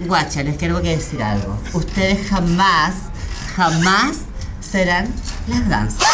Guacha, les quiero que decir algo. Ustedes jamás, jamás serán las danzas.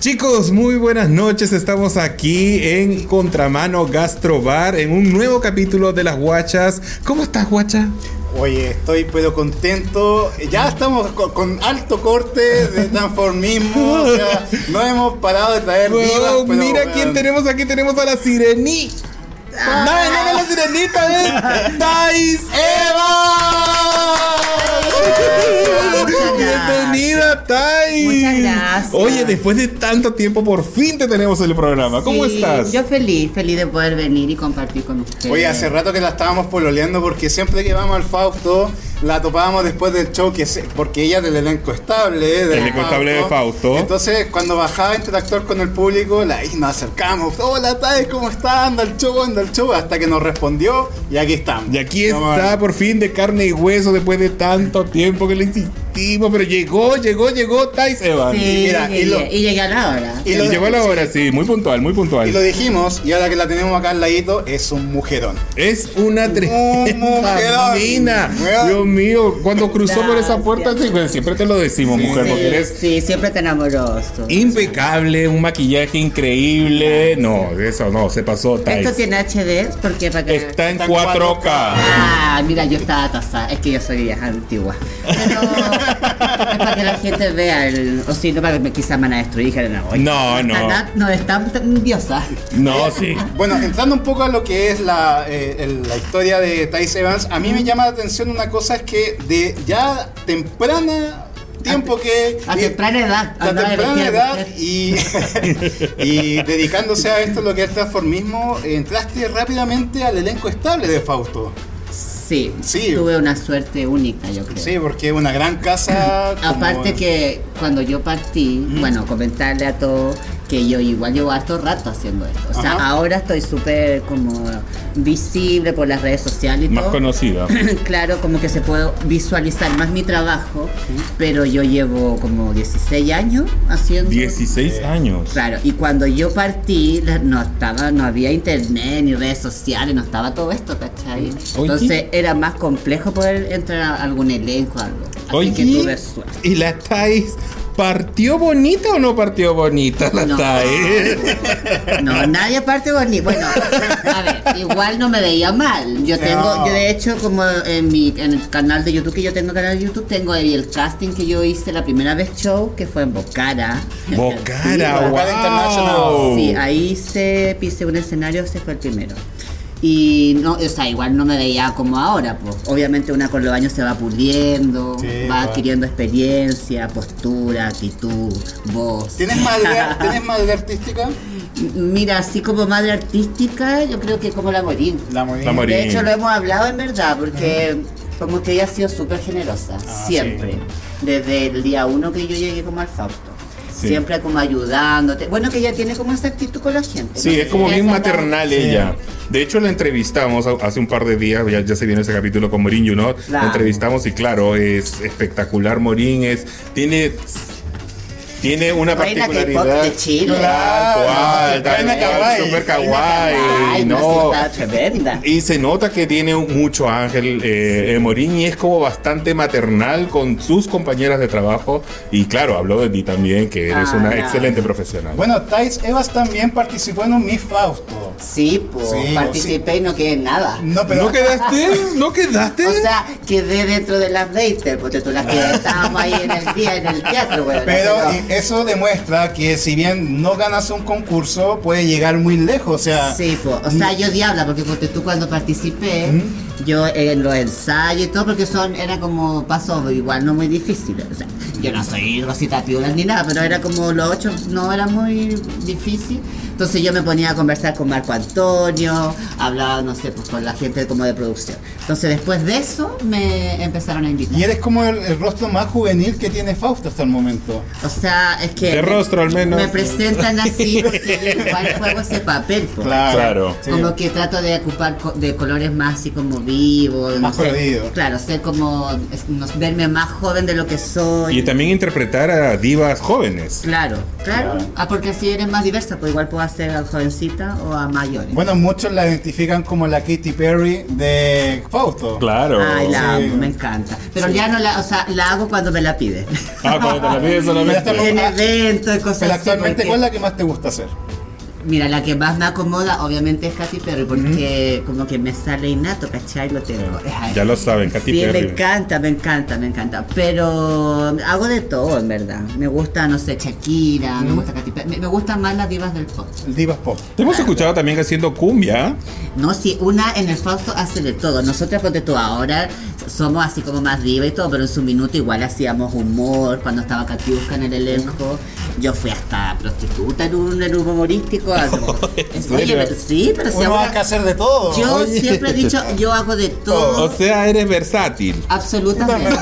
Chicos, muy buenas noches. Estamos aquí en Contramano Gastrobar en un nuevo capítulo de Las Guachas. ¿Cómo estás, Guacha? Oye, estoy pero contento. Ya estamos con, con alto corte de transformismo. o sea, no hemos parado de traer Wow, divas, pero, mira weón, quién tenemos aquí. Tenemos a la sirenita. No, no, no, la sirenita es Thais Eva. Muchas gracias. Bienvenida, Thais. Muchas gracias. Oye, después de tanto tiempo, por fin te tenemos en el programa. ¿Cómo Sí, estás? Yo feliz, feliz de poder venir y compartir con ustedes. Oye, hace rato que la estábamos pololeando porque siempre que vamos al Fausto la topábamos después del show, que se- porque ella es del elenco estable. Del Elenco estable de Fausto. Entonces, cuando bajaba a interactuar con el público, la, y nos acercamos. Hola, Thais, ¿cómo estás? Anda al show, anda al show. Hasta que nos respondió y aquí estamos. Y aquí No, está man. por fin de carne y hueso después de tanto tiempo que le insistimos, pero llegó, llegó, llegó Thais Evans. Sí, y mira, llegué, y lo- y llegué a la hora. Y, Y lo- llegó a la hora, sí, muy puntual, muy puntual. Y lo dijimos, y ahora que la tenemos acá al ladito, es un mujerón. Es una tremenda mujerón. mina. Weón. Dios mío, cuando cruzó por esa puerta, Gracias. sí, bueno, siempre te lo decimos, mujer, sí, porque eres sí, siempre tan amoroso. impecable, un maquillaje increíble. No, eso no, se pasó, Thais. Esto tiene HD porque para que... Está en Está en 4K. Ah, mira, yo estaba tasada. Es que yo soy vieja antigua. Pero es para que la gente vea el. O si no, para que me quizás van a destruir. dijeron, oye, No, no. está- No, están tan diosa. No, sí. Bueno, entrando un poco a lo que es la, eh, el- la historia de Thais Evans, a mí me llama la atención una cosa es que de ya temprana tiempo que... A temprana edad. La andaba de temprana vestida de edad mujer. y, y dedicándose a esto, lo que es transformismo, entraste rápidamente al elenco estable de Fausto. Sí, Sí. Tuve una suerte única, yo creo. Sí, porque es una gran casa. como- Aparte que cuando yo partí, bueno, comentarle a todos que yo igual llevo harto rato haciendo esto. O sea, Ajá. ahora estoy súper como visible por las redes sociales y Más todo. conocida. claro, como que se puede visualizar más mi trabajo, pero yo llevo como 16 años haciendo. 16 años. Claro, y cuando yo partí, la- no estaba, no había internet, ni redes sociales, no estaba todo esto, ¿cachai? Entonces era más complejo poder entrar a algún elenco o algo. Así Oye, que tuve suerte. ¿y la Thais partió bonita o no partió bonita la No. Thais? No, nadie parte bonito. Bueno, a ver, igual no me veía mal. Yo tengo, No. yo de hecho, como en mi en el canal de YouTube, que yo tengo canal de YouTube, tengo ahí el casting que yo hice la primera vez show, que fue en Bocara. Bocara, Sí, Bocara wow. International. Sí, ahí se pisé un escenario, se fue el primero. Y no, o sea, igual no me veía como ahora, pues. Obviamente una con los años se va puliendo, Sí, va va. adquiriendo experiencia, postura, actitud, voz. ¿Tienes madre, ¿tienes madre artística? Mira, así como madre artística, yo creo que como la morín. La muy La Morín. De hecho, lo hemos hablado en verdad, porque como que ella ha sido súper generosa, Ah, siempre. Desde el día uno que yo llegué como al Fausto. Sí. Siempre como ayudándote. Bueno, que ella tiene como esa actitud con la gente. Sí, ¿no? es como Ella bien se da- maternal ella. De hecho, la entrevistamos ha- hace un par de días, ya, ya se viene ese capítulo con Morín, you know. La Claro. entrevistamos y claro, es espectacular. Morín es, tiene, tiene una Reina K-pop de particularidad. Chile. Tal cual, Claro, tal reina cual, kawaii. super Reina kawaii, kawaii, no. sí, está tremenda. Y se nota que tiene mucho ángel eh, eh, Morín y es como bastante maternal con sus compañeras de trabajo. Y claro, habló de ti también, que eres Ah, una ya. excelente profesional. Bueno, Thais Evas también participó en un Miss Fausto. Sí, pues Sí, po, participé y no quedé en nada. No, pero ¿No quedaste? ¿No quedaste? O sea, quedé dentro de las 20, porque tú las que estábamos ahí en el día, en el teatro, bueno, Pero no. eh, eso demuestra que si bien no ganas un concurso, puede llegar muy lejos. O sea, Sí, po. o sea, yo diabla, porque ponte tú cuando participé, ¿Mm? yo eh, en los ensayos y todo, porque son, era como pasos igual no muy difíciles. O sea, yo no soy Rosita Piola ni nada, pero era como los ocho, no era muy difícil. Entonces yo me ponía a conversar con Marco Antonio, hablaba, no sé, pues con la gente como de producción. Entonces después de eso me empezaron a invitar. Y eres como el, el rostro más juvenil que tiene Fausto hasta el momento. O sea, es que... De rostro, al menos. Me presentan así, porque igual juego ese papel. po. Claro. Claro. Sí. Como que trato de ocupar co- de colores más así como vivos. Más sé. colorido. Claro, ser como. es- no- verme más joven de lo que soy. Y también interpretar a divas jóvenes. Claro, claro. Claro. Ah, porque si eres más diversa, pues igual puedo hacer a jovencita o a mayores. Bueno, muchos la identifican como la Katy Perry de Fausto. Claro. Ay, sí. la amo, me encanta. Pero ya no la, o sea, la hago cuando me la pide. Ah, cuando te la pides solamente. en eventos y cosas Pero así, actualmente, porque- ¿cuál es la que más te gusta hacer? Mira, la que más me acomoda obviamente es Katy Perry, porque como que me sale innato, ¿cachai? Lo tengo. Ay. Ya lo saben, Katy sí, me Perry. encanta, me encanta, me encanta. Pero hago de todo, en verdad. Me gusta, no sé, Shakira, me gusta Katy Perry. Me, me gustan más las divas del pop. El Divas Pop. Te hemos escuchado también haciendo cumbia. No, si una en el Fausto hace de todo. Nosotras, ponte tú, ahora somos así como más diva y todo, pero en su minuto igual hacíamos humor. Cuando estaba Katiuska en el elenco, yo fui hasta prostituta en un, en un humorístico. algo. Oye, serio? pero sí, pero si Pues Uno ahora- hay que hacer de todo. Yo Oye. siempre he dicho, yo hago de todo. O sea, eres versátil. Absolutamente.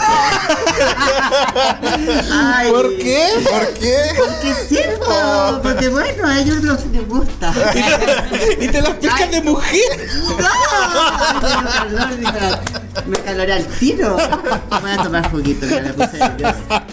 Ay, ¿Por qué? ¿Por qué? Porque sí, po, porque bueno, a ellos los les gusta. Y te las picas de mujer. No, perdón, dijo, me caloré al tiro. Voy a tomar juguito, ya me puse nerviosa.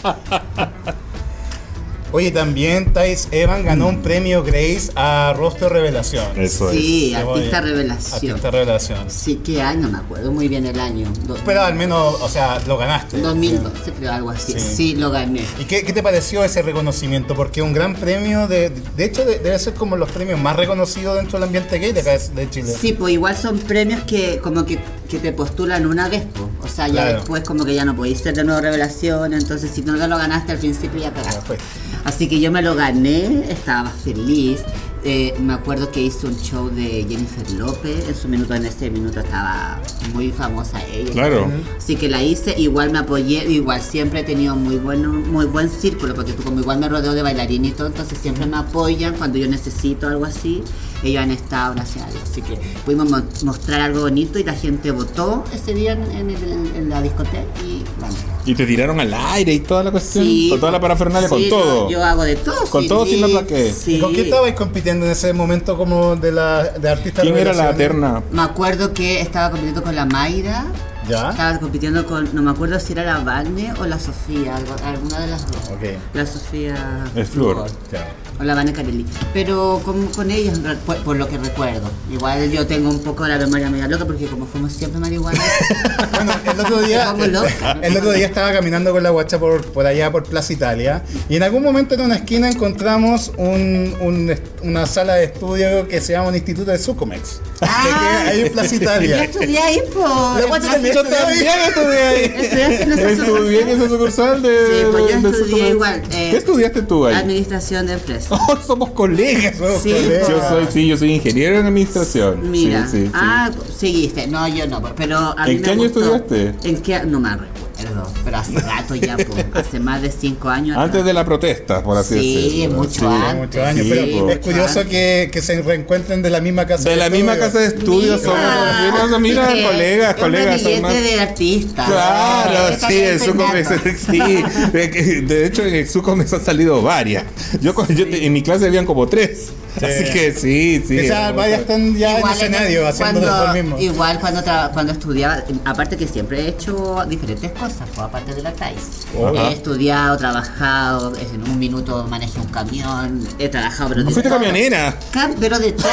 Oye, también Thais Evan ganó un premio Grace a Rostro Revelación. Eso Sí, Te voy- artista revelación. Artista Revelación. Sí, qué año, me acuerdo muy bien el año. Do- Pero al menos, o sea, lo ganaste. 2012, creo, algo así. Sí. Sí, lo gané. ¿Y qué, qué te pareció ese reconocimiento? Porque un gran premio, de, de hecho, de- debe ser como los premios más reconocidos dentro del ambiente gay de acá de Chile. Sí, pues igual son premios que como que, que te postulan una vez, pues. O sea, ya Claro. después como que ya no podéis ser de nuevo revelación, entonces si no te lo ganaste al principio ya Ya pegaste. fue. Así que yo me lo gané, estaba feliz. Eh, me acuerdo que hizo un show de Jennifer López, en su minuto, en ese minuto estaba muy famosa ella. Claro. Así que la hice, igual me apoyé, igual siempre he tenido muy, bueno, muy buen círculo, porque tú como igual me rodeo de bailarines y todo, entonces siempre me apoyan cuando yo necesito algo así, ellos han estado, gracias a Dios. Así que pudimos mo- mostrar algo bonito y la gente votó ese día en, en el- en la discoteca y bueno. Y te tiraron al aire y toda la cuestión. con toda la parafernalia, sí, con todo. no, Yo hago de todo. Con sí, todo, sin sí, aplaque. sí. ¿Con qué estabais compitiendo en ese momento como de la de artista ¿Quién era la revelación? terna? Me acuerdo que estaba compitiendo con la Mayra. ¿Ah? ¿Ya? Estaba compitiendo con, no me acuerdo si era la Vane o la Sofía, algo- alguna de las dos. Ok. La Sofía. Es Flor. Ya. O la Vane Carelli. Pero con, con ellas, en recu- por, lo que recuerdo. Igual yo tengo un poco la memoria media loca porque como fuimos siempre marihuana. Bueno, el otro día, Me pongo loca. el otro día estaba caminando con la guacha por, por allá, por Plaza Italia, y en algún momento en una esquina encontramos un- un est- una sala de estudio que se llama un instituto de Sucomex. Ah. Que ahí en Plaza yo Italia. estudié ahí, por La guacha también estudió ahí. estudié Estudiaste en esa Estudié en esa sucursal de. Sí, pues yo de- de estudié sucursal. igual, eh, ¿Qué estudiaste tú ahí? Administración de empresas. Oh, somos colegas. Nuevos Sí, colegas. Yo soy, sí, yo soy ingeniero en administración. Ah. Mira, Sí, sí, sí. ah, seguiste. No, yo no, pero a mí ¿En me qué año gustó- estudiaste? ¿En qué? No me recuerdo, pero hace rato ya, po, hace más de cinco años. Antes de la protesta, por así Sí, decirlo. mucho Hace antes. Muchos años, Sí, pero po. es curioso Ah. que, que se reencuentren de la misma casa De la misma casa de estudios Mira, somos. Mira, no, mira, ¿viste? colegas, Es un colegas. son gabinete más- de artista. Claro, Esa sí, gente en Exucomex, nata. sí. De, que- de hecho, en Exucomex han salido varias. Yo, con- yo te- en mi clase habían como tres. Así que sí, sí. Esas varias están ya en el en- escenario haciendo cuando- lo mismo. Igual cuando, tra- cuando estudiaba, aparte que siempre he hecho diferentes cosas, pues, aparte de la TAIS. Ajá. He estudiado, trabajado, eh, en un minuto manejé un camión, he trabajado, pero ¿No de fuiste todo. camionera? Cam- pero de todo,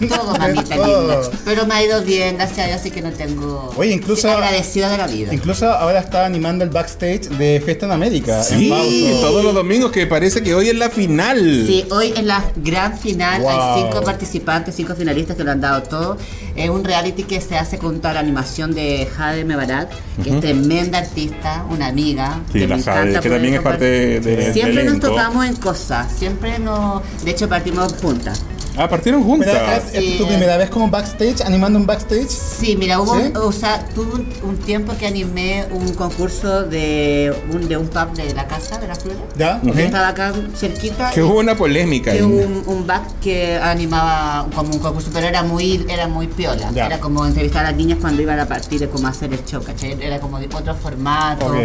de todo, mamita De todo. linda. Pero me ha ido bien, gracias a Dios, así que no tengo. Oye, incluso- Agradecida de la vida. Incluso ahora está animando el backstage de Fiesta en América. en Sí, Fausto. todos los domingos, que parece que hoy es la final. Sí, hoy en la gran final Wow. hay cinco participantes, cinco finalistas que lo han dado todo. Es un reality que se hace con toda la animación de Jade Mebarak, que es tremenda artista, una amiga. Sí, la me Jade, encanta que poder también es parte compartir. de- del Siempre nos elenco. topamos en cosas, siempre nos... De hecho, partimos juntas. Ah, partieron Pero acá juntas. es Sí. tu primera vez como backstage, animando un backstage. Sí, mira, hubo, ¿Sí? o sea, tuve un, un tiempo que animé un concurso de un, de un pub de la casa, de la flora. ¿Ya? que ok. Estaba acá cerquita. Que y- hubo una polémica. que ahí. un, un back que animaba como un concurso, pero era muy, era muy piola. Ya. Era como entrevistar a las niñas cuando iban a partir de cómo hacer el show, ¿cachai? Era como de otro formato. Ok.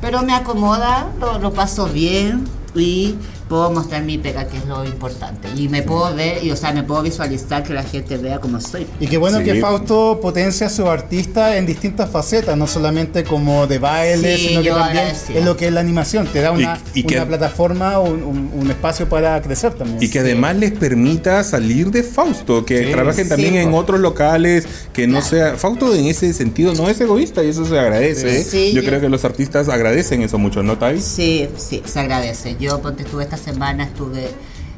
Pero me acomoda, lo, lo paso bien y puedo mostrar mi pega, que es lo importante. Y me puedo ver, y o sea, me puedo visualizar que la gente vea cómo soy. Y qué bueno Sí. que Fausto potencia a su artista en distintas facetas, no solamente como de baile, Sí, sino que yo también agradecida. en lo que es la animación. Te da una, y que- una plataforma, un, un- un espacio para crecer también. Y que además les permita salir de Fausto, que Sí, trabajen sí, también en po. otros locales, que no sea... Fausto en ese sentido no es egoísta y eso se agradece. ¿eh? Sí, yo yo- creo que los artistas agradecen eso mucho, ¿no, Tai? Sí, sí, se agradece. Yo, ponte estuve esta semana, estuve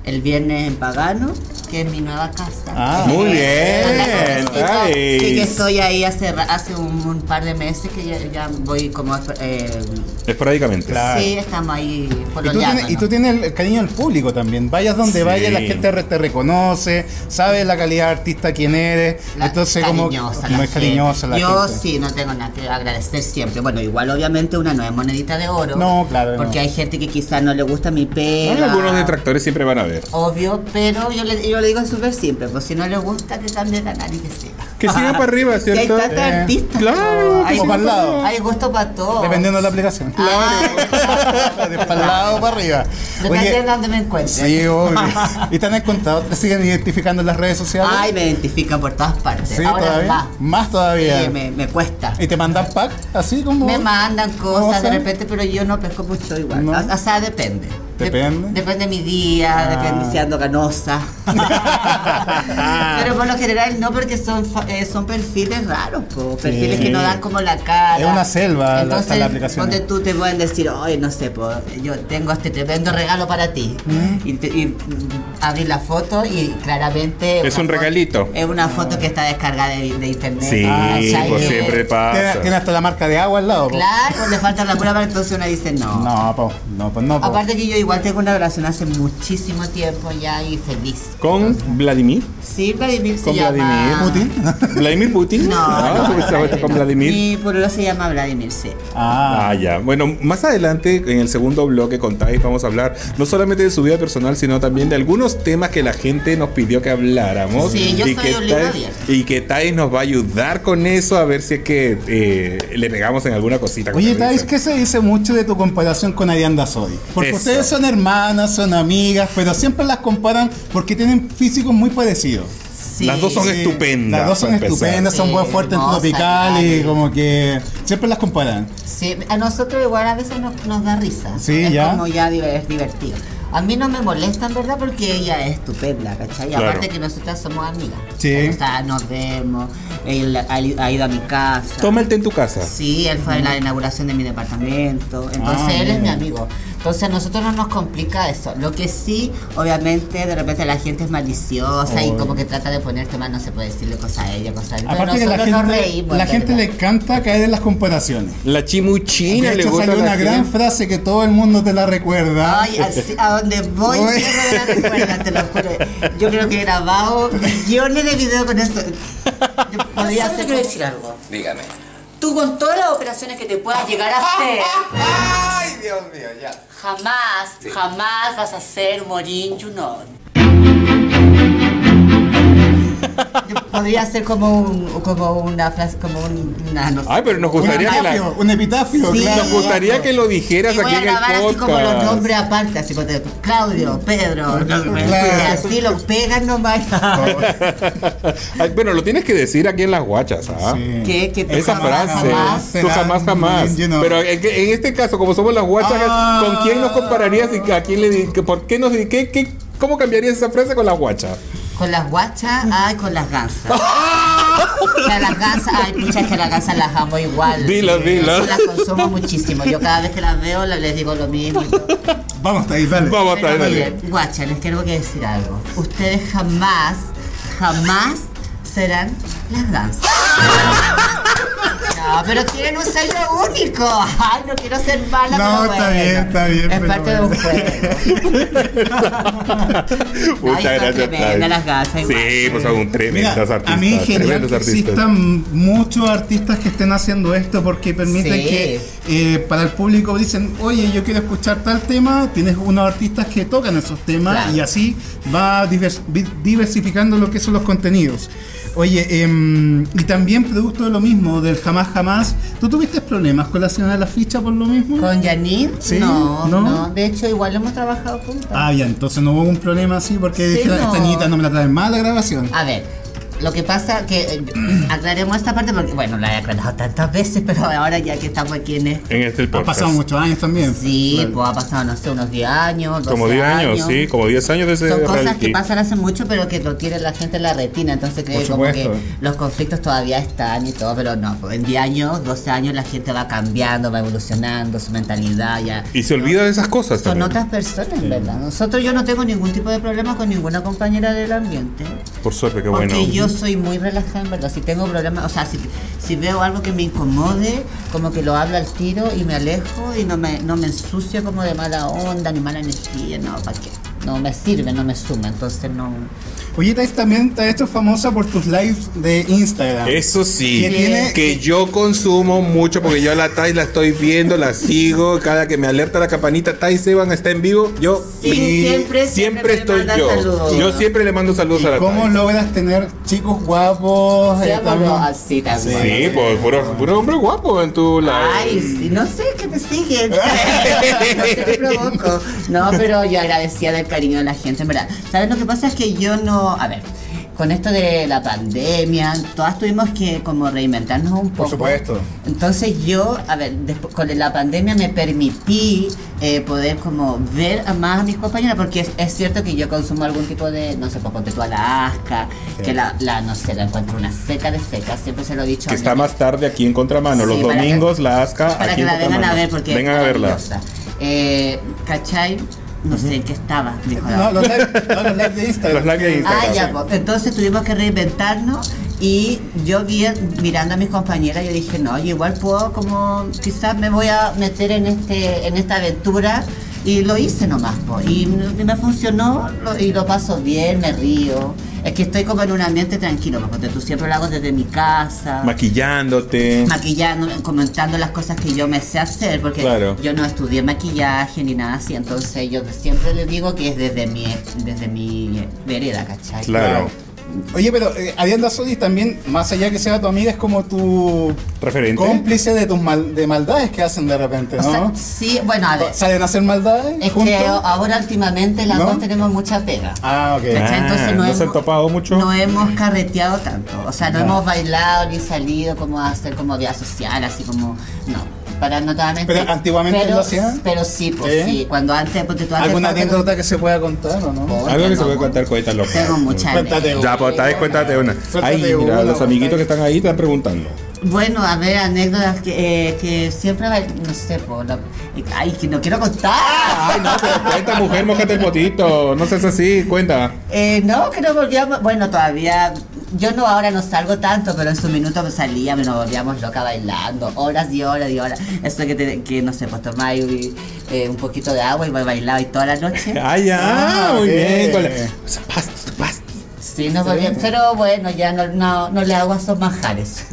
el viernes en Pagano, que es mi nueva casa. Ah, muy Eh, bien, la cosecita. nice. Sí, que estoy ahí hace, ra- hace un, un par de meses que ya, ya voy como... Eh, Esporádicamente. Claro. Sí, estamos ahí por Y tú, tienes, y tú tienes el, el cariño del público también. Vayas donde Sí. vayas, la gente re- te reconoce, sabe la calidad de artista quién eres. Entonces, como, como es cariñosa la Yo gente. sí, no tengo nada que agradecer siempre. Bueno, igual obviamente una no es monedita de oro. No, claro, Porque no. hay gente que quizás no le gusta mi pega. Hay Ah, algunos detractores siempre van a ver. Obvio, pero yo le, yo le digo súper simple, pues si no le gusta que cambie de canal y que siga. Que siga para arriba, Si hay ¿cierto? tantos Eh, artistas, claro, po, hay, como para el lado. hay gusto para todo. Dependiendo de la aplicación. Ah, de para el lado para arriba. Depende de donde me encuentre. Sí, obvio. ¿Y están encontrados? ¿Te siguen identificando en las redes sociales? Ay, me identifica por todas partes. sí, Ahora todavía. más. Más todavía. Sí, me, me cuesta. ¿Y te mandan pack? Así como. Me mandan cosas de Cosas. repente, pero yo no pesco mucho igual. No. O, o sea, depende. Dep- Depende. depende mi día, Ah. depende si ando ganosa. pero por lo general no, porque son, fa- eh, son perfiles raros, po, perfiles Sí. que no dan como la cara. Es una selva la- Entonces, hasta la aplicación. Donde tú te pueden decir, oye, no sé, po, yo tengo este tremendo regalo para ti. ¿Eh? Y, te- y, mm, abrir la foto y claramente. Es una un fo- regalito. Es una foto que está descargada de, de internet. Ah, Sí, ¿cachai? pues Que- siempre Tiene, tiene pasa. hasta la marca de agua al lado. po. Claro, le falta la prueba, entonces uno dice no. No, po. No, po. No, po. Aparte que yo igual tengo una relación hace muchísimo tiempo ya y feliz. Con Vladimir. Sí, Vladimir se ¿Con llama... Vladimir Putin. Vladimir Putin. No, Ah, no, pues, Vladimir con no. Vladimir. Mi pueblo se llama Vladimir, sí. Ah. Ah, ya. Bueno, más adelante en el segundo bloque con Tai vamos a hablar no solamente de su vida personal, sino también de algunos temas que la gente nos pidió que habláramos. Sí, yo soy que un libro Tai- abierto. y que Tai nos va a ayudar con eso, a ver si es que eh, le pegamos en alguna cosita. como Oye, dicen. Thais, ¿qué se dice mucho de tu comparación con Arianda Soy? Porque Eso. ustedes son hermanas, son amigas, pero siempre las comparan porque tienen físicos muy parecidos. Sí. Las dos son Sí, estupendas, Las dos son para empezar. estupendas, son Sí, buen fuerte en hermosas, tropical y claro. como que siempre las comparan. Sí, a nosotros igual a veces nos, nos da risa. Sí, es ya. como ya diver- es divertido. A mí no me molesta, en verdad, porque ella es estupenda, ¿cachai? Y Claro. Aparte que nosotras somos amigas. Sí. O sea, nos vemos, él ha ido ha ido a mi casa. Toma el té en tu casa. Sí, él fue a la inauguración de mi departamento. Entonces Ah, él es bien. mi amigo. Entonces a nosotros no nos complica eso. Lo que sí, obviamente, de repente la gente es maliciosa y Oh. como que trata de ponerte mal, no se puede decirle cosas a ella, cosas a él. Pero Aparte que la nosotros nos gente, reímos, la de gente le verdad. encanta caer en las comparaciones. La chimuchina De le hecho, gusta. salió a la una gran gente. frase que todo el mundo te la recuerda. Ay, así, a donde voy, Voy. siempre me la recuerdan, te lo juro. Yo creo que he grabado millones de videos con esto. Yo podría Solo te hacer quiero decir algo. Dígame. Tú con todas las operaciones que te puedas llegar a hacer, Ay, Dios mío, ya. jamás, jamás vas a ser Morín Junot. yo podría hacer como, un- como una frase, como un- una, no sé. Ay, pero nos un gustaría que la- epitafio, un epitafio, Sí. claro. Nos gustaría que lo dijeras Y voy aquí a en el grabar así como los podcast. nombres aparte, así como de Claudio, Pedro, no, y así los pegan nomás. Ay, bueno, lo tienes que decir aquí en las guachas, ¿ah? Sí. ¿Qué? ¿Qué? Esa jamás, frase, jamás. tú Será jamás, jamás. bien, you know. Pero en, que- en este caso, como somos las guachas, Ah. ¿con quién nos compararías y a quién le di- que por qué nos di- qué, qué- cómo cambiarías esa frase con las guachas? Con las guachas, ay, con las gansas. Que a las gansas, ay, pucha, que a las gansas las amo igual. Dilo, dilo. Yo las consumo muchísimo. Yo cada vez que las veo la- les digo lo mismo. y todo. Vamos, Thais, dale. Vamos a Pero traer. miren, guacha, les quiero que decir algo. Ustedes jamás, jamás serán las gansas. No, pero tienen un sello único. Ay, no quiero ser mala. No, pero está bueno. bien, está bien, Es pero parte de un bueno. juego. son Muchas gracias. tremendas Tavi. las gasas, igual. Sí, pues son Mira, tremendas artistas. a mí es genial tremendos que artistas. existan muchos artistas que estén haciendo esto porque permiten Sí. que eh, para el público dicen, oye, yo quiero escuchar tal tema, tienes unos artistas que tocan esos temas Claro. y así va divers- vi- diversificando lo que son los contenidos. Oye, em, y también producto de lo mismo, del jamás jamás, ¿tú tuviste problemas con la señora de la ficha por lo mismo? ¿Con Janine? Sí, no, ¿no? no, De hecho, igual hemos trabajado juntos. Ah, ya, entonces no hubo un problema así porque Sí, dijeron, no. Ah, esta niñita no me la traen más la grabación. A ver, lo que pasa que eh, aclaremos esta parte porque, bueno, la he aclarado tantas veces, pero ahora ya que estamos aquí en este. En este Han podcast. pasado muchos años también. Sí, Claro. pues ha pasado, no sé, unos 10 años. 12 Como 10 años, sí, como 10 años de ese Son cosas reality. que pasan hace mucho, pero que lo tiene la gente en la retina. Entonces creo Por que como que supuesto. los conflictos todavía están y todo, pero no. pues, En 10 años, 12 años, la gente va cambiando, va evolucionando, su mentalidad ya. Y se olvida de esas cosas Son también. otras personas, en ¿verdad? Nosotros yo no tengo ningún tipo de problema con ninguna compañera del ambiente. Por suerte, qué porque bueno. yo soy muy relajada, en verdad. Si tengo problemas, o sea, si, si veo algo que me incomode, como que lo hablo al tiro y me alejo y no me, no me ensucio como de mala onda ni mala energía, no, ¿para qué? No me sirve, no me suma, entonces no. Oye, Thais, también te has hecho famosa por tus lives de Instagram. Eso sí, Que tiene- que yo consumo mucho porque yo a la Thais la estoy viendo, la sigo, cada que me alerta la campanita Thais Evan está en vivo, yo Sí, siempre, siempre me estoy manda yo. saludos. Yo siempre le mando saludos ¿Y a la cómo Thais. logras tener chicos guapos? Sí, eh, también? así también. Sí, pues puro, puro hombre guapo en tu live. Ay, sí, no sé qué me siguen. no sé qué provoco. No, pero yo agradecía del cariño de la gente, en verdad. ¿Sabes lo que pasa? Es que yo no. A ver. Con esto de la pandemia, todas tuvimos que como reinventarnos un poco. Por supuesto. Entonces yo, a ver, despu- con la pandemia me permití eh, poder como ver a más a mis compañeras, porque es, es cierto que yo consumo algún tipo de, no sé, pues ponte tú a la Asca, que la, la, no sé, la encuentro una seca de seca, siempre se lo he dicho. Que a está mi- más tarde aquí en Contramano, Sí, los para que- domingos, la ASCA. para aquí que en la vengan a Contramano. ver porque Vengan es a verla. maravillosa. Eh, ¿Cachai? No sé en qué estaba, dijo la- No, los lives no, los lives de Los Instagram. lives de Instagram. Ah, ya, sí. pues. Entonces tuvimos que reinventarnos y yo vi, mirando a mis compañeras, yo dije, no, yo igual puedo como, quizás me voy a meter en, este, en esta aventura y lo hice nomás, po. y, me- me funcionó lo- y lo paso bien, me río. Es que estoy como en un ambiente tranquilo, po, porque tú siempre lo hago desde mi casa Maquillándote. maquillando, comentando las cosas que yo me sé hacer, porque Claro. yo no estudié maquillaje ni nada así, entonces yo siempre le digo que es desde mi, desde mi vereda, ¿cachai? claro. Oye, pero eh, Arianda Sodi también, más allá que sea tu amiga, es como tu Referente. cómplice de tus mal- de maldades que hacen de repente, O ¿no? sea, sí, bueno, a ver, ¿Salen a hacer maldades es juntos? que ahora últimamente las ¿No? dos tenemos mucha pega. Ah, ok. ¿Cachai? Ah, ¿no se han topado mucho? No hemos carreteado tanto. O sea, no, hemos bailado ni salido como a hacer como vida social, así como. No. Para notadamente. ¿Pero antiguamente pero- lo hacían? Pero sí, pues ¿Eh? sí. Cuando antes. Porque tú antes ¿Alguna cuando- anécdota que se pueda contar o no? Oye, Algo que no, pues, se puede contar, cuéntalo. Tengo mucha Cuéntate anécdota. Ya, pues Thais, cuéntate una. Suéltate Ay, mira, una, los amiguitos que están ahí están preguntando. Bueno, a ver, anécdotas que, eh, que siempre, va- no sé, po, la- ay, que no quiero contar. Ay, no, pero cuenta, mujer, mojate el potito. No seas así, cuenta. Eh, no, que nos volvíamos, bueno, todavía, yo no ahora no salgo tanto, pero en su minuto me salía, me nos volvíamos loca bailando, horas y horas y horas. Eso que, te- que no sé, pues tomáis eh, un poquito de agua y bailaba y toda la noche. Ah, eh. ya, Ah, muy ok. bien. Con la... Zapaste, zapaste. Sí, nos volvíamos, pero bueno, ya no, no, no le hago a esos manjares.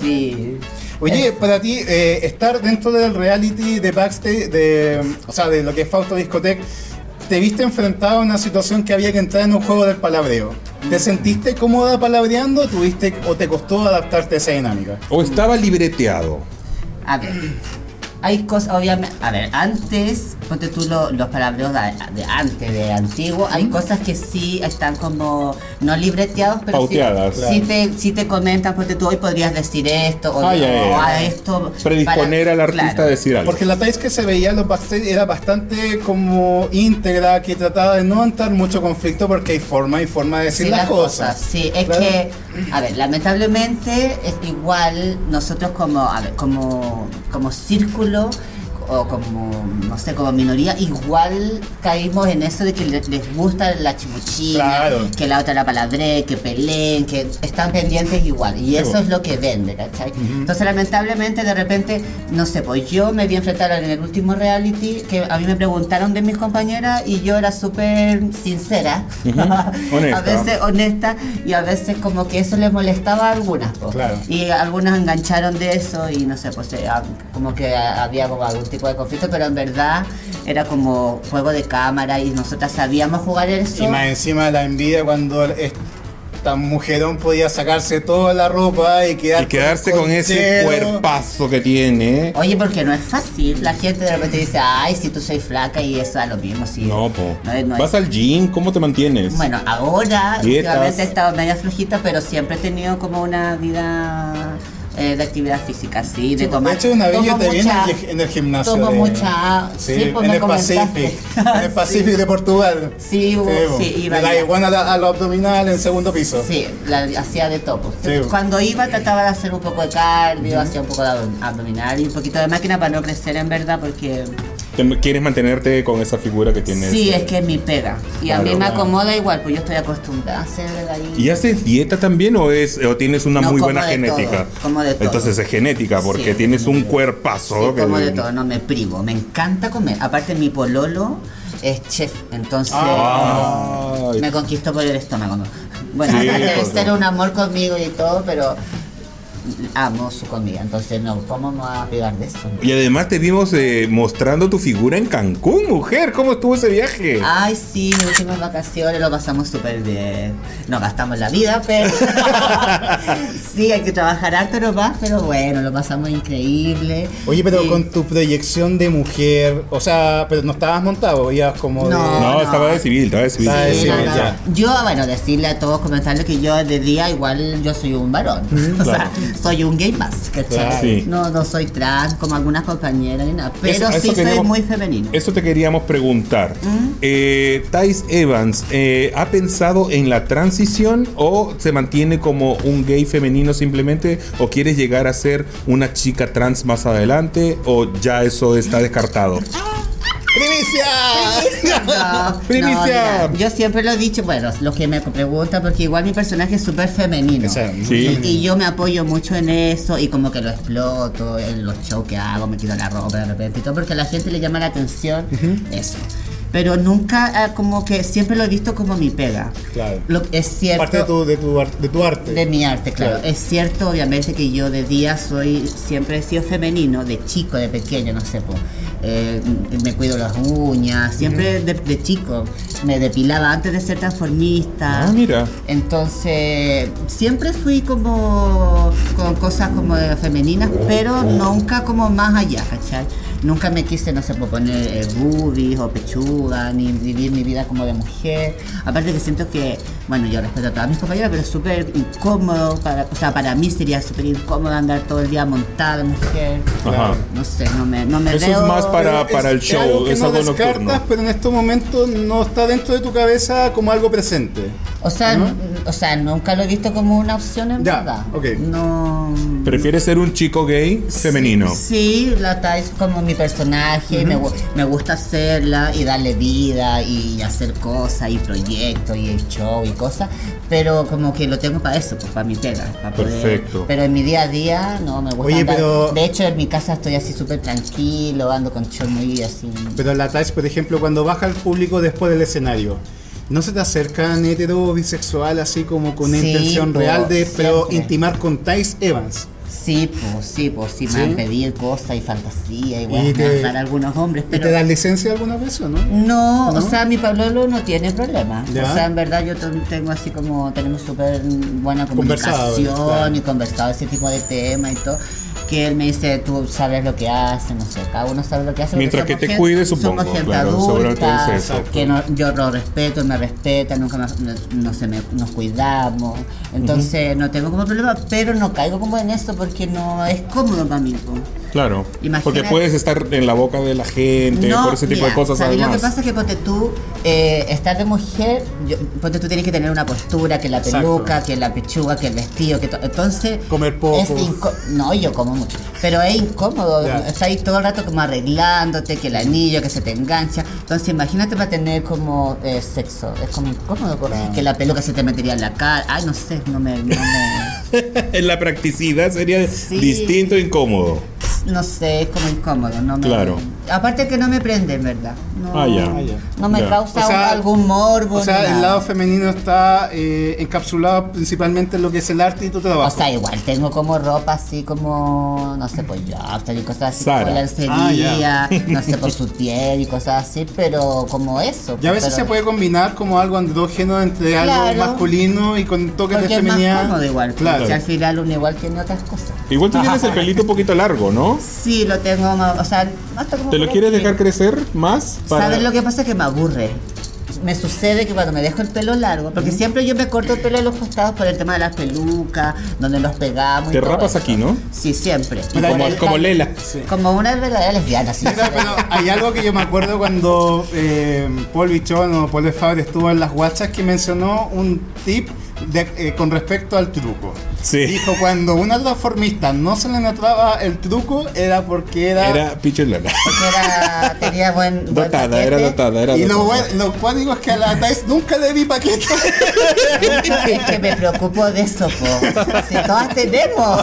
sí. Oye, para ti, eh, estar dentro del reality de backstage, de, o sea, de lo que es Fausto Discotec, te viste enfrentado a una situación que había que entrar en un juego del palabreo. ¿Te sentiste cómoda palabreando tuviste, o te costó adaptarte a esa dinámica? O estaba libreteado. A ver, hay cosas, obviamente, a ver, antes, ponte tú lo- los palabreos de, de antes, de antiguo, hay cosas que sí están como no libreteados, pero sí- Pauteadas. sí, te, sí te comentan, ponte tú hoy podrías decir esto, o, Ah, ya, ya, o ya. a esto. Predisponer para- al artista claro. a decir algo. Porque la Thais que se veía en los backstage era bastante como íntegra, que trataba de no entrar mucho conflicto porque hay forma y forma de decir Sí, las, las cosas. Sí, es Claro. que, a ver, lamentablemente es igual nosotros como, a ver, como, como círculo o como, no sé, como minoría, igual caímos en eso de que le- les gusta la chimuchina, Claro. que la otra la palabre, que peleen, que están pendientes igual. Y eso es lo que vende, ¿cachai? Entonces, lamentablemente, de repente, no sé, pues yo me vi enfrentar en el último reality que a mí me preguntaron de mis compañeras y yo era súper sincera. Honesta. a veces honesta y a veces como que eso les molestaba a algunas. po. Claro. Y algunas engancharon de eso y no sé, pues eh, ah, como que ah, había como algún tipo de conflicto, pero en verdad era como juego de cámara y nosotras sabíamos jugar eso. Y más encima la envidia cuando esta mujerón podía sacarse toda la ropa y, quedar Y quedarse con ese cochero. cuerpazo que tiene. Oye, porque no es fácil. La gente de repente dice, ay, si tú soy flaca y eso es lo mismo. Si No, po. no es- no es- Vas al gym, ¿cómo te mantienes? Bueno, ahora Dietas. últimamente he estado media flojita, pero siempre he tenido como una vida eh, de actividad física, sí, de Sí, tomar. de hecho, una vez tomo yo te vi en mucha- el gi- en el gimnasio Tomo de- mucha. Sí, pues en me el comentaste. Pacific, en el Sí. Pacific de Portugal. Sí, hubo- Sí, sí, de iba la ya. iguana a la- a lo abdominal en segundo piso. Sí, la hacía de topo. Sí. Cuando iba trataba de hacer un poco de cardio, hacía un poco de abdo- abdominal y un poquito de máquina para no crecer en verdad porque Te- ¿Quieres mantenerte con esa figura que tienes? sí, eh? es que es mi pega. Y a Claro, mí me claro. acomoda igual, pues yo estoy acostumbrada a hacer de ahí. ¿Y haces dieta también o es o tienes una No, muy como buena de genética? todo, como de todo. Entonces es genética porque Sí. tienes un cuerpazo. Sí, que- como de todo, no me privo. Me encanta comer. Aparte, mi pololo es chef, entonces Ah. Ay. me conquistó por el estómago. ¿no? Bueno, Sí, debe pues, ser no. un amor conmigo y todo, pero amo su comida. Entonces, no, ¿cómo me voy a privar de eso? Y además te vimos eh, mostrando tu figura en Cancún, mujer. ¿Cómo estuvo ese viaje? Ay, sí, mis últimas vacaciones lo pasamos súper bien. Nos gastamos la vida, pero. sí, hay que trabajar harto nomás, pero bueno, lo pasamos increíble. Oye, pero Y- con tu proyección de mujer, o sea, pero no estabas montado, ibas como de... No. no, no. estaba de civil, estaba de civil. Estaba de Sí, civil, no, no. ya. Yo, bueno, decirle a todos, comentarles que yo de día igual yo soy un varón. o sea, Mm, claro. soy un gay más, Claro. ¿cachai? Sí. No, no soy trans como algunas compañeras ni nada. Eso- Pero a eso sí soy queríamos- muy femenino. ¿Mm? Eso te queríamos preguntar. Eh, Thais Evans, eh, ¿ha pensado en la transición o se mantiene como un gay femenino simplemente? ¿O quieres llegar a ser una chica trans más adelante? ¿O ya eso está descartado? Ah. ¡Primicia! No, Primicia. no, mira, yo siempre lo he dicho, bueno, los que me preguntan, porque igual mi personaje es súper femenino. O sea, Sí. Y, y yo me apoyo mucho en eso y como que lo exploto en los shows que hago, me quito la ropa de repente y todo, porque a la gente le llama la atención eso. Pero nunca, ah, como que siempre lo he visto como mi pega. Claro. Lo, es cierto. Parte de tu, de, tu, ar- de tu arte. De mi arte, claro. Claro. Es cierto, obviamente, que yo de día soy, siempre he sido femenino, de chico, de pequeño, no sé, po. Eh, m- me cuido las uñas, siempre de, de chico. Me depilaba antes de ser transformista. Ah, mira. Entonces, siempre fui como con cosas como de femeninas, pero nunca como más allá, ¿cachai? Nunca me quise, no sé, po, poner eh, boobies o pechuga, ni vivir mi vida como de mujer. Aparte que siento que, bueno, yo respeto a todas mis compañeras, pero es súper incómodo, para, o sea, para mí sería súper incómodo andar todo el día montada de mujer. Ajá. No sé, no me, no me Eso es veo- más para- Pero es- el show, algo que es no algo descartas, nocturno. pero en estos momentos no está dentro de tu cabeza como algo presente. O sea, n- o sea, nunca lo he visto como una opción en Ya, verdad. ok. No... ¿Prefieres ser un chico gay femenino? Sí, la Thais como mi personaje, y me, gu- me gusta hacerla y darle vida y hacer cosas y proyectos y el show y cosas, pero como que lo tengo para eso, pues para mi pega. para poder- Perfecto. pero en mi día a día no me gusta. Oye, andar- pero- De hecho, en mi casa estoy así súper tranquilo, ando con show muy así. Pero la Thais, por ejemplo, cuando baja el público después del escenario, ¿no se te acercan hetero o bisexual así como con una Sí, intención po, real de pero siempre. intimar con Thais Evans? Sí, pues sí, pues sí, me han pedido cosas y fantasía y bueno, te- para algunos hombres, pero... ¿Y te das licencia alguna vez o no? No, ¿No? o sea, mi Pablo no tiene problema. Ya. O sea, en verdad yo ten- tengo así como, tenemos súper buena Conversado, comunicación claro. y conversado ese tipo de temas y todo. Que él me dice, tú sabes lo que hace, no sé, cada uno sabe lo que hace. porque Mientras que somos te gen- cuides, supongo, Somos gente claro, seguramente adulta, es eso. que no- yo lo respeto, él me respeta, nunca nos, nos- no se me- nos cuidamos. Entonces no tengo como problema, pero no caigo como en esto porque no es cómodo para mí. po. Claro. Imagínate. Porque puedes estar en la boca de la gente, No, por ese tipo de mira, cosas ¿sabes además. lo que pasa es que ponte tú, eh, estar de mujer, yo- ponte tú tienes que tener una postura, que la Exacto. peluca, que la pechuga, que el vestido, que to- entonces... Comer poco. es inco- no, yo como mucho, pero es incómodo, Ya. está ahí todo el rato como arreglándote, que el anillo, que se te engancha, entonces imagínate para tener como eh, sexo, es como incómodo, co- que la peluca se te metería en la cara, ay, no sé, no me... No, me- en la practicidad sería Sí. distinto e incómodo. no sé, es como incómodo, no me... Claro. Aparte que no me prende, en verdad. No, Ah, ya. Ah, ya. No me Ya. causa O sea, algún morbo. O ni sea, el nada. lado femenino está eh, encapsulado principalmente en lo que es el arte y tu trabajo. O sea, igual tengo como ropa así como, no sé, pues yafta y cosas así, Sara. Ah, como lencería, no sé, por sutiel y cosas así, pero como eso. y a veces pero- se puede combinar como algo andrógeno entre Claro. algo masculino y con toques Porque de es más feminidad. cómodo igual, Claro. si al final uno igual tiene otras cosas. Igual tú tienes el pelito un poquito largo, ¿no? Sí, lo tengo, más- o sea, hasta como... ¿Te lo quieres dejar crecer más? ¿Sabes lo que pasa? Que me aburre. Me sucede que cuando me dejo el pelo largo, porque siempre yo me corto el pelo a los costados por el tema de las pelucas, donde los pegamos. y Te todo rapas eso. aquí, ¿no? Sí, siempre. Y como, como Lela. Como una verdadera lesbiana, sí. Mira, pero hay algo que yo me acuerdo cuando eh, Paul Bichon o Paul Fabre estuvo en las guachas que mencionó un tip de- eh, con respecto al truco. Sí. Dijo, cuando una transformista no se le notaba el truco era porque era... Era pichulera. Porque era, tenía buen. buen Dotada, paquete. era dotada, era y lo, dotada. bueno- lo cual digo es que a la Thais nunca le vi paquete. Es que me preocupo de eso, po. Si todas tenemos.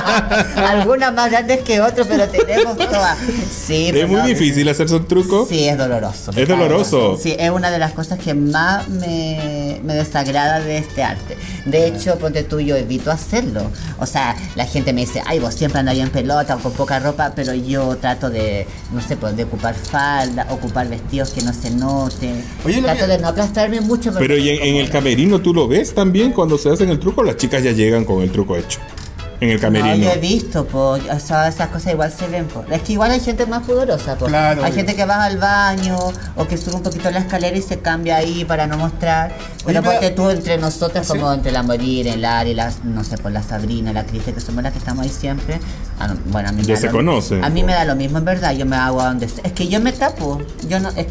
Algunas más grandes que otras, pero tenemos todas. Sí, Es pero muy no, difícil hacer su truco. Sí, es doloroso. Es doloroso. Sí, es una de las cosas que más me, me desagrada de este arte. De hecho, ponte tú, yo evito hacerlo. O sea, la gente me dice, ay, vos siempre andas en pelota o con poca ropa, pero yo trato de, no sé, pues, de ocupar falda, ocupar vestidos que no se noten. Oye, lo trato que- de no aplastarme mucho. porque Pero y en, en el como- camerino tú lo ves también cuando se hacen el truco, las chicas ya llegan con el truco hecho. En el No, camerino. yo he visto, po. O sea, esas cosas igual se ven, po. Es que igual hay gente más pudorosa, po. Claro, hay obvio. gente que va al baño o que sube un poquito la escalera y se cambia ahí para no mostrar. Pero pero- ponte tú entre nosotras, ¿Sí? como entre la Morir, el Ari, las, no sé, por la Sabrina, la Criste, que somos las que estamos ahí siempre. A- bueno, a mí me Ya da se lo- conocen, A mí po. me da lo mismo, en verdad. Yo me hago a donde. Es que yo me tapo. Yo no. es-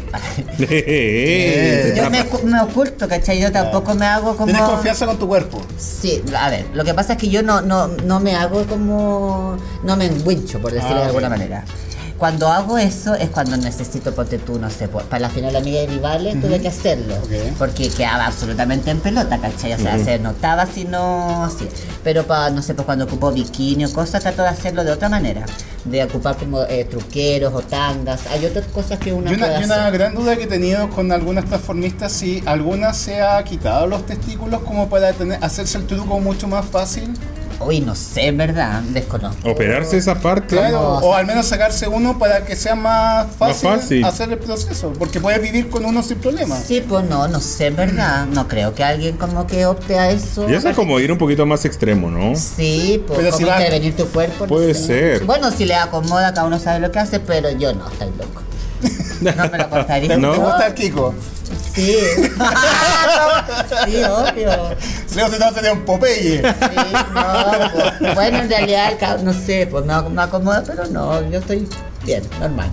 Te yo me, tapa. ocu- me oculto, ¿cachai? Yo tampoco me hago como. Tienes confianza con tu cuerpo. Sí, a ver, lo que pasa es que yo no, no, no me hago como. No me enguincho, por Ah, decirlo de alguna manera. Cuando hago eso es cuando necesito, ponte tú, no sé, po- para la final amiga de Rivales tuve que hacerlo. Porque quedaba absolutamente en pelota, ¿cachai? O sea, se notaba si no. Sí. Pero para, no sé, pues cuando ocupo bikini o cosas, trato de hacerlo de otra manera. De ocupar como eh, truqueros o tangas. Hay otras cosas que uno Y una, puede y una hacer. gran duda que he tenido con algunas transformistas, si alguna se ha quitado los testículos como para tener, hacerse el truco mucho más fácil. Uy, no sé, en verdad, desconozco. Operarse esa parte. Claro, Como- o al menos sacarse uno para que sea más fácil, fácil. hacer el proceso, porque puedes vivir con uno sin problema. Sí, pues no, no sé, en verdad. No creo que alguien como que opte a eso. Y eso es como ir un poquito más extremo, ¿no? Sí, pues Pero como si va- intervenir tu cuerpo. no Puede sé. ser. Bueno, si le acomoda, cada uno sabe lo que hace, pero yo no, estoy loco. No me lo ¿Te, cortaría. No. te gusta el Kiko? Sí. sí, obvio. Si no, se trata de un Popeye. Sí, no. pues, Bueno, en realidad, el ca- no sé, pues no me acomoda, pero no, yo estoy bien, normal.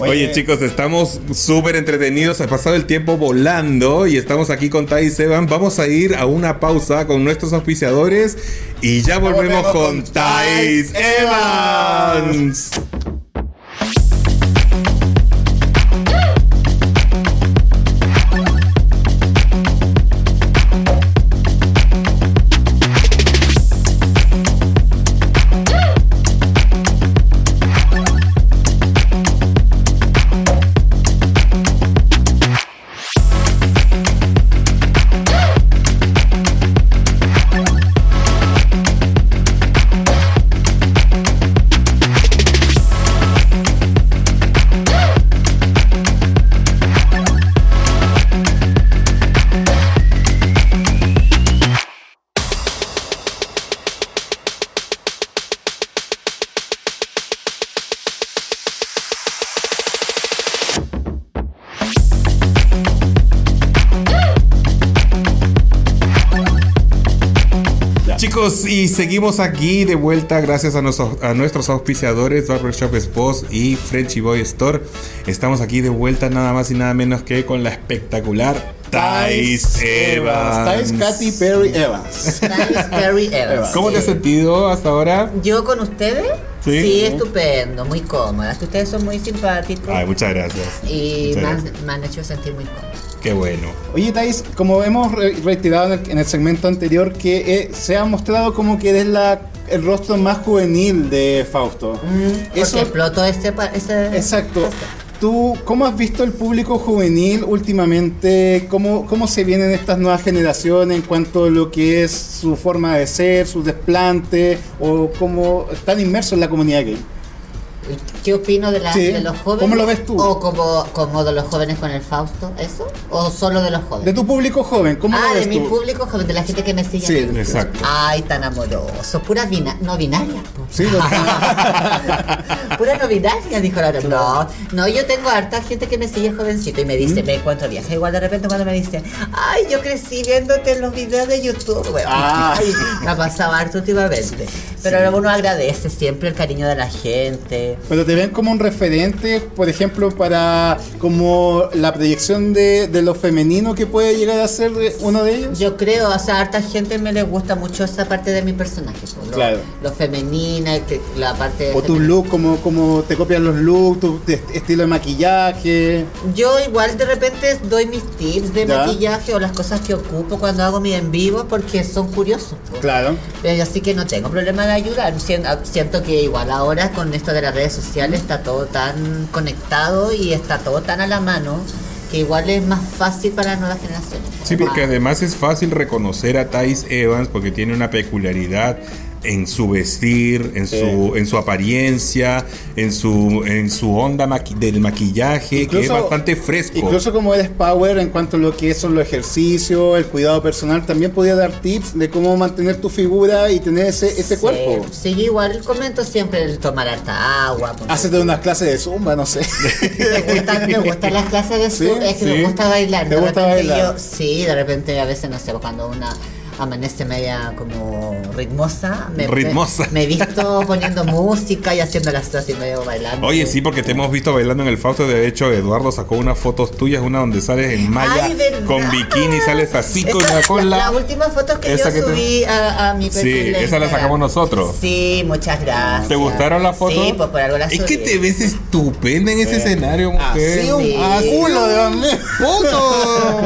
Oye, chicos, estamos súper entretenidos. Ha pasado el tiempo volando y estamos aquí con Tai y Seban. Vamos a ir a una pausa con nuestros auspiciadores y ya volvemos volvemos con con Thais Thais Evans. Chicos, y seguimos aquí de vuelta gracias a, noso- a nuestros auspiciadores Barbershop Boss y Frenchy Boy Store. Estamos aquí de vuelta nada más y nada menos que con la espectacular Thais Evans. Thais Katy Perry Evans. Thais Perry Evans. ¿Cómo te has sentido hasta ahora? Yo con ustedes, Sí. sí, estupendo, muy cómoda. Que ustedes son muy simpáticos Ay, muchas gracias. y Muchas me gracias. han, me han hecho sentir muy cómoda. Qué bueno. Oye, Thais, como hemos re- reiterado en el, en el segmento anterior, que eh, se ha mostrado como que eres la, el rostro más juvenil de Fausto. Mm, Porque explotó este, pa- este- Mm, Exacto. ¿Tú cómo has visto el público juvenil últimamente? ¿Cómo, ¿Cómo se vienen estas nuevas generaciones en cuanto a lo que es su forma de ser, su desplante o cómo están inmersos en la comunidad gay? ¿Qué opino de, la- Sí. de los jóvenes? ¿Cómo lo ves tú? ¿O como, como de los jóvenes con el Fausto? ¿Eso? ¿O solo de los jóvenes? De tu público joven, ¿cómo ah, lo ves de mi tú? público joven, de la gente que me sigue. Sí, exacto. Ay, tan amoroso. Puras bina- no pues. binarias. po. Sí, lo- Pura no binaria, dijo la No, no, yo tengo harta gente que me sigue jovencito y me ¿Mm? dice, me encuentro vieja. Igual de repente cuando me dicen, ay, yo crecí viéndote en los videos de YouTube. Bueno, Ah. ay, me ha pasado harto últimamente. Pero uno agradece siempre el cariño de la gente. Pero te ven como un referente, por ejemplo, para como la proyección de, de lo femenino que puede llegar a ser eh, uno de ellos. Yo creo, o sea, a harta gente me le gusta mucho esa parte de mi personaje. po, lo, Claro. Lo femenina, que- la parte... O tu femenina. look, como, como te copian los looks, tu te- estilo de maquillaje. Yo igual de repente doy mis tips de Ya. maquillaje o las cosas que ocupo cuando hago mi en vivo porque son curiosos. po. Claro. Eh, Así que no tengo problema de ayudar. Sien- a- Siento que igual ahora con esto de las redes sociales está todo tan conectado y está todo tan a la mano que igual es más fácil para las nuevas generaciones. Sí, porque Ah. además es fácil reconocer a Thais Evans porque tiene una peculiaridad en su vestir, en su en su apariencia, en su en su onda maqui- del maquillaje que es Incluso- bastante fresco. Incluso como eres power en cuanto a lo que son los ejercicios, el cuidado personal, también podía dar tips de cómo mantener tu figura y tener ese, ese Sí, cuerpo. Sí, yo igual comento siempre el tomar harta agua. porque Hacete unas clases de zumba, no sé. Me gustan, me gustan las clases de Sí, sur, es que sí. me gusta bailar. ¿Te de gusta repente bailar? yo- sí, de repente a veces, no sé, cuando una amanece media como ritmosa. Me, Ritmosa. Me, me visto poniendo música y haciendo las cosas y medio bailando. Oye, sí, porque te hemos visto bailando en el Fausto. De hecho, Eduardo sacó unas fotos tuyas, una donde sales en malla Ay, ¿verdad? con bikini, sales así con Esa- la cola. Las últimas fotos que yo Esa que te- subí a, a mi Sí, perfil. de esa la Instagram. sacamos nosotros. Sí, muchas gracias. ¿Te gustaron las fotos? Sí, pues por algo las Es que subí. te ves estupenda en ese escenario, mujer. sí, un- Ah, sí. culo de hombre. Puto.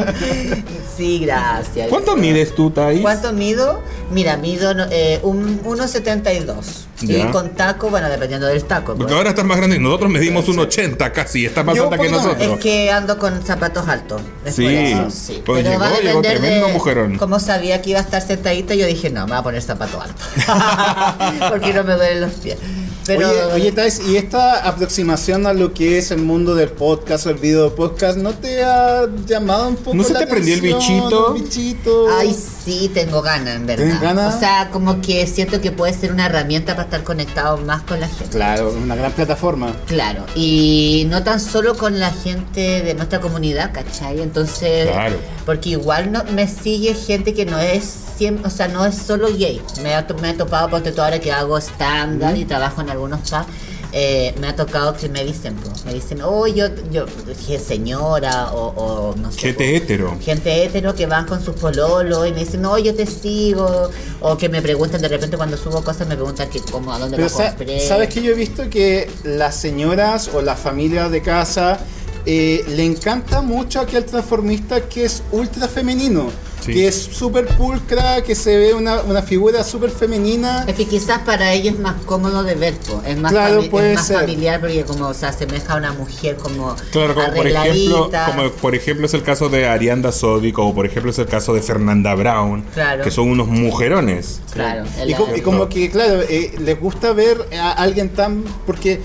Sí, gracias. ¿Cuánto mides tú, Thais? ¿Cuánto mido? Mira, mido no- eh, un 1,72. Ya. Y con taco, bueno, dependiendo del taco. pues. Porque ahora estás más grande. Nosotros medimos un 80 casi. Está más Yo alta un que poquito más. nosotros. Es que ando con zapatos altos. es Sí, por eso, sí. pues Pero llegó, va a llegó depender tremendo de mujerón. Como sabía que iba a estar sentadita, yo dije, no, me voy a poner zapato alto. Porque no me duelen los pies. Pero, Oye, oye Thais, ¿y esta aproximación a lo que es el mundo del podcast o el video podcast no te ha llamado un poco ¿No se la te prendió el atención, bichito? el bichito? Ay, sí, tengo ganas, en verdad. ¿Tienes ganas? O sea, como que siento que puede ser una herramienta para estar conectado más con la gente. Claro, una gran plataforma. Claro, y no tan solo con la gente de nuestra comunidad, ¿cachai? Entonces, Claro. porque igual no, me sigue gente que no es, siem- o sea, no es solo gay. Me ha, to- me ha topado, porque toda ahora que hago stand-up y trabajo en algunos pubs, eh, me ha tocado que me dicen, pues, me dicen, oh, yo, yo, dije, señora, o, o no sé. Gente pues, hetero. Gente hetero que van con sus pololos y me dicen, no, yo te sigo. O que me preguntan de repente cuando subo cosas, me preguntan que cómo, a dónde Pero lo sa- compré. sabes que yo he visto que las señoras o las familias de casa eh, le encanta mucho aquel transformista que es ultra femenino, Sí. que es súper pulcra, que se ve una, una figura súper femenina. Es que quizás para ella es más cómodo de ver, po. es más, Claro, fami- es puede más ser. familiar porque como se asemeja a una mujer como Claro, como por, ejemplo, arregladita. como por ejemplo es el caso de Arianda Sodi, como por ejemplo es el caso de Fernanda Brown, Claro. que son unos mujerones. Claro, Y, el- co- y como que, claro, eh, les gusta ver a alguien tan... Porque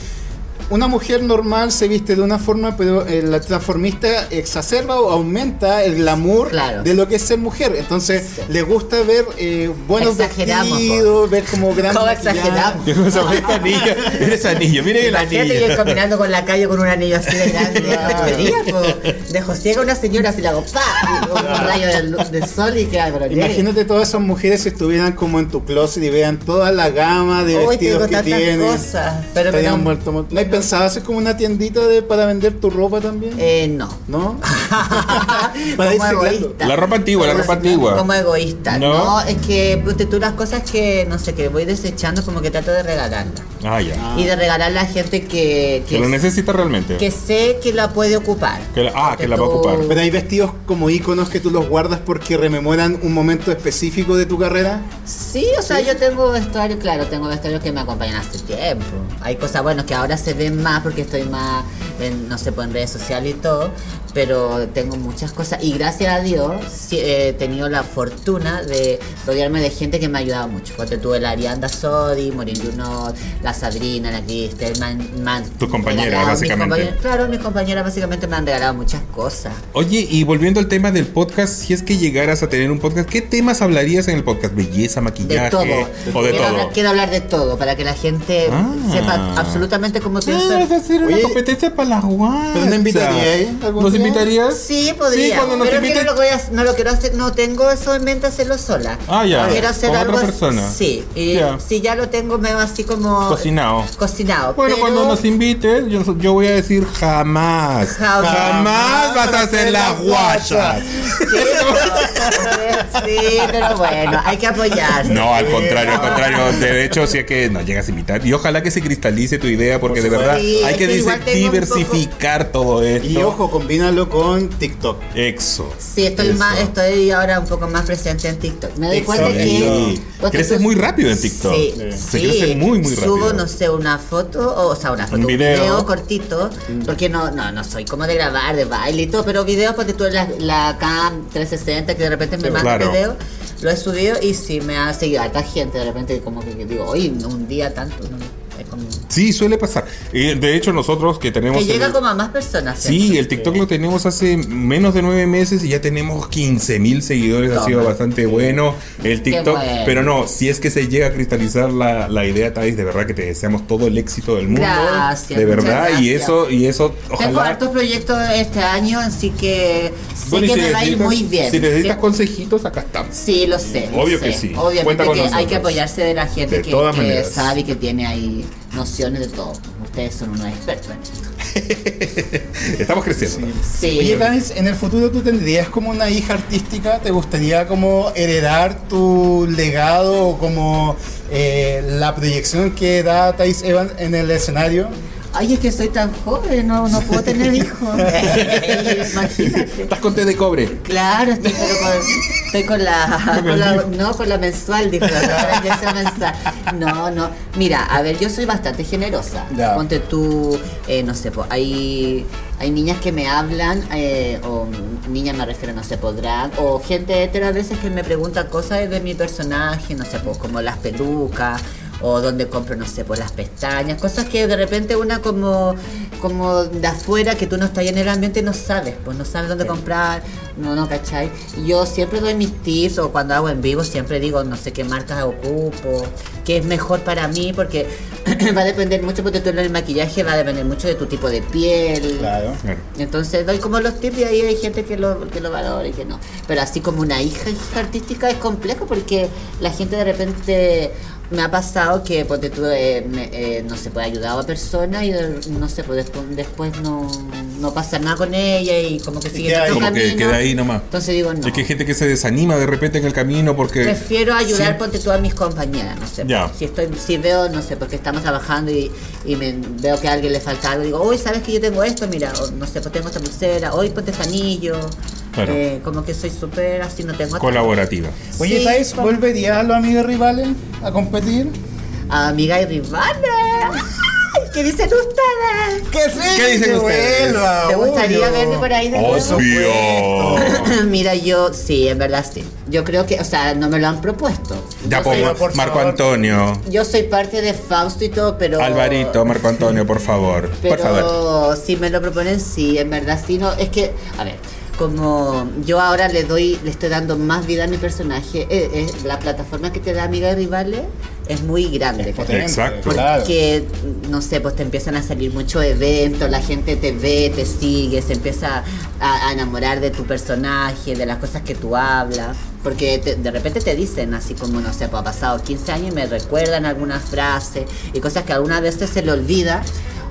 una mujer normal se viste de una forma, pero eh, la transformista exacerba o aumenta el glamour Claro. de lo que es ser mujer. Entonces, le gusta ver eh, buenos Exageramos, po. vestidos, ver como grandes. ¿Cómo exageramos? ¿Qué cosa fue este anillo? Mira ese anillo, mira el Imagínate yo ir anillo. caminando con la calle con un anillo así de grande, de joyería, po. Dejo ciega a una señora así la hago ¡pa! Y Un rayo de, luz- de sol y queda pero Imagínate todas esas mujeres si estuvieran como en tu closet y vean toda la gama de Hoy tengo vestidos que tantas tienen. cosas. Pero me Estarían da un- muerto, muerto. ¿No hay pensado hacer como una tiendita de, para vender tu ropa también? Eh, no. ¿No? como Para irse egoísta. La ropa antigua, la Como- ropa antigua. Como egoísta. No. No, es que ponte tú las cosas que, no sé, que voy desechando, como que trato de regalarlas. Ah, ya. Y de regalarlas a gente que, Que lo que, necesita realmente. que sé que la puede ocupar. Que la- ah, Ponte que la va a tú- ocupar. Pero hay vestidos como íconos que tú los guardas porque rememoran un momento específico de tu carrera. Sí, o sea, yo tengo vestuario, claro, tengo vestuarios que me acompañan hace tiempo. Hay cosas, bueno, que ahora se ven más porque estoy más, en, no sé, pues en redes sociales y todo, pero tengo muchas cosas. Y gracias a Dios sí, eh, he tenido la fortuna de rodearme de gente que me ha ayudado mucho. Cuando tuve la Arianda Sodi, Morin Junot, la Sabrina, la Cristel, me han- me han Tus compañeras, regalado, mis básicamente. compañeras- claro, mis compañeras básicamente me han regalado muchas cosas. Oye, y volviendo al tema del podcast, si es que llegaras a tener un podcast, ¿qué temas hablarías en el podcast? ¿Belleza, De maquillaje? todo. ¿O de quiero, todo? Hablar, quiero hablar de todo para que la gente Ah. sepa absolutamente cómo pienso. Ah, hacer Oye, competencia para la guasa. ¿pero no invitarías algún ¿Nos día? invitarías? Sí, podría. Sí, cuando nos pero que inviten. no, lo voy a- no lo quiero hacer, no tengo eso en mente hacerlo sola. Ah, ya. Quiero hacer Con algo otra así- persona. Sí, y Ya. si ya lo tengo medio así como Cocinado. cocinado. Bueno, pero- cuando nos invites, yo, yo voy a decir jamás. Jamás. Jamás, vas a hacer la guacha. Sí, no, sí, pero bueno, hay que apoyarse. No, al contrario, al contrario. De hecho, si es que nos llegas a invitar. Y ojalá que se cristalice tu idea, porque de verdad Sí, hay es que que igual tengo un diversificar todo esto. Y ojo, combínalo con TikTok. Exo. Sí, estoy Eso. más, estoy ahljora un poco más presente en TikTok. Me doy Exacto. cuenta que Sí. porque Creces tú- muy rápido en TikTok. Sí, Se sí. crece muy, muy rápido. Subo, no sé, una foto, o, o sea, una foto, Un un video. video, cortito, porque no, no, no soy como de grabar, de baile y todo, pero videos porque tú en la, la cam 360 que de repente me Sí, manda claro. un video, lo he subido y sí me ha seguido harta gente de repente como que digo, oye, un día tanto, no, es como- Sí, suele pasar. Eh, de hecho, nosotros que tenemos. que el- llega como a más personas. Sí, el TikTok eh, lo tenemos hace menos de nueve meses y ya tenemos 15 mil seguidores. Ha Toma. sido bastante bueno el TikTok. bueno. Pero no, si es que se llega a cristalizar la, la idea, Thais, de verdad que te deseamos todo el éxito del mundo. Gracias, De muchas verdad, y gracias. eso, y eso, Tengo ojalá. hartos proyectos este año, así que sé Bueno, y que si me va a ir necesitas- muy bien. Si necesitas Que- consejitos, acá estamos. Sí, lo sé. lo Obvio sé. que sí. Cuenta Obviamente con que hay nosotros. que apoyarse de la gente De que, todas que maneras. sabe y que tiene ahí nociones de todo. Ustedes son unos expertos. en esto. Estamos creciendo. Sí. Oye, Tanis, en el futuro tú tendrías como una hija artística, ¿te gustaría como heredar tu legado o como eh, la proyección que da Thais Evans en el escenario? Ay, es que soy tan joven, no, no puedo tener hijos. Imagínate. Estás con té de cobre. Claro, estoy, pero con, estoy con la, con la- no con la mensual, dijo, con la inyección mensual. No, no. Mira, a ver, yo soy bastante generosa. Ya. Ponte tú, eh, no sé, po, hay hay niñas que me hablan eh, o niñas me refiero, no sé, podrán o gente hetero a veces que me pregunta cosas de mi personaje, no sé, po, como las pelucas o donde compro, no sé, por las pestañas, cosas que de repente una como, como de afuera, que tú no estás ahí en el ambiente, no sabes, pues no sabes dónde comprar, no, no, ¿cachai? Yo siempre doy mis tips o cuando hago en vivo siempre digo, no sé qué marcas ocupo, qué es mejor para mí, porque va a depender mucho, porque tú en el maquillaje va a depender mucho de tu tipo de piel. Entonces doy como los tips y ahí hay gente que lo, que lo valora y que no. Pero así como una hija, hija artística es complejo porque la gente de repente me ha pasado que ponte tú, eh, me- eh, no se puede ayudar a personas y eh, no sé, pues después, después no, no pasa nada con ella y como que sigue queda en otro Como que camino. queda ahí nomás. Entonces digo, no. Es que hay gente que se desanima de repente en el camino porque. Prefiero ayudar, ponte tú a mis compañeras, no sé. Ya. Si estoy, si veo, no sé, porque estamos trabajando y, y me- veo que a alguien le falta algo, digo, hoy sabes que yo tengo esto, mira, o, no sé, pues tengo esta pulsera, hoy ponte este anillo. Claro. Eh, como que soy súper así, no tengo. Colaborativa. Oye, Sí, Thais, con- ¿volverías a los amigos rivales a competir? Amiga y rivales. ¿Qué dicen ustedes? ¿Qué, sí, ¿Qué dicen que ustedes? vuelva, ¿Te gustaría obvio. verme por ahí de nuevo? Obvio. Mira, yo sí, en verdad sí. Yo creo que, o sea, no me lo han propuesto. Ya Yo soy- pongo por Marco favor. Antonio. Yo soy parte de Fausto y todo, pero. Alvarito, Marco Antonio, por favor. Pero Por favor. si me lo proponen, sí, en verdad sí. No, es que, a ver, como yo ahora le doy, le estoy dando más vida a mi personaje, eh, eh, la plataforma que te da Amiga de Rivales es muy grande. ¿cachai? Potente, Exacto. claro. Porque, no sé, pues te empiezan a salir muchos eventos, la gente te ve, te sigue, se empieza a, a enamorar de tu personaje, de las cosas que tú hablas. Porque te- de repente te dicen, así como, no sé, pues ha pasado 15 años y me recuerdan algunas frases y cosas que algunas veces se le olvida.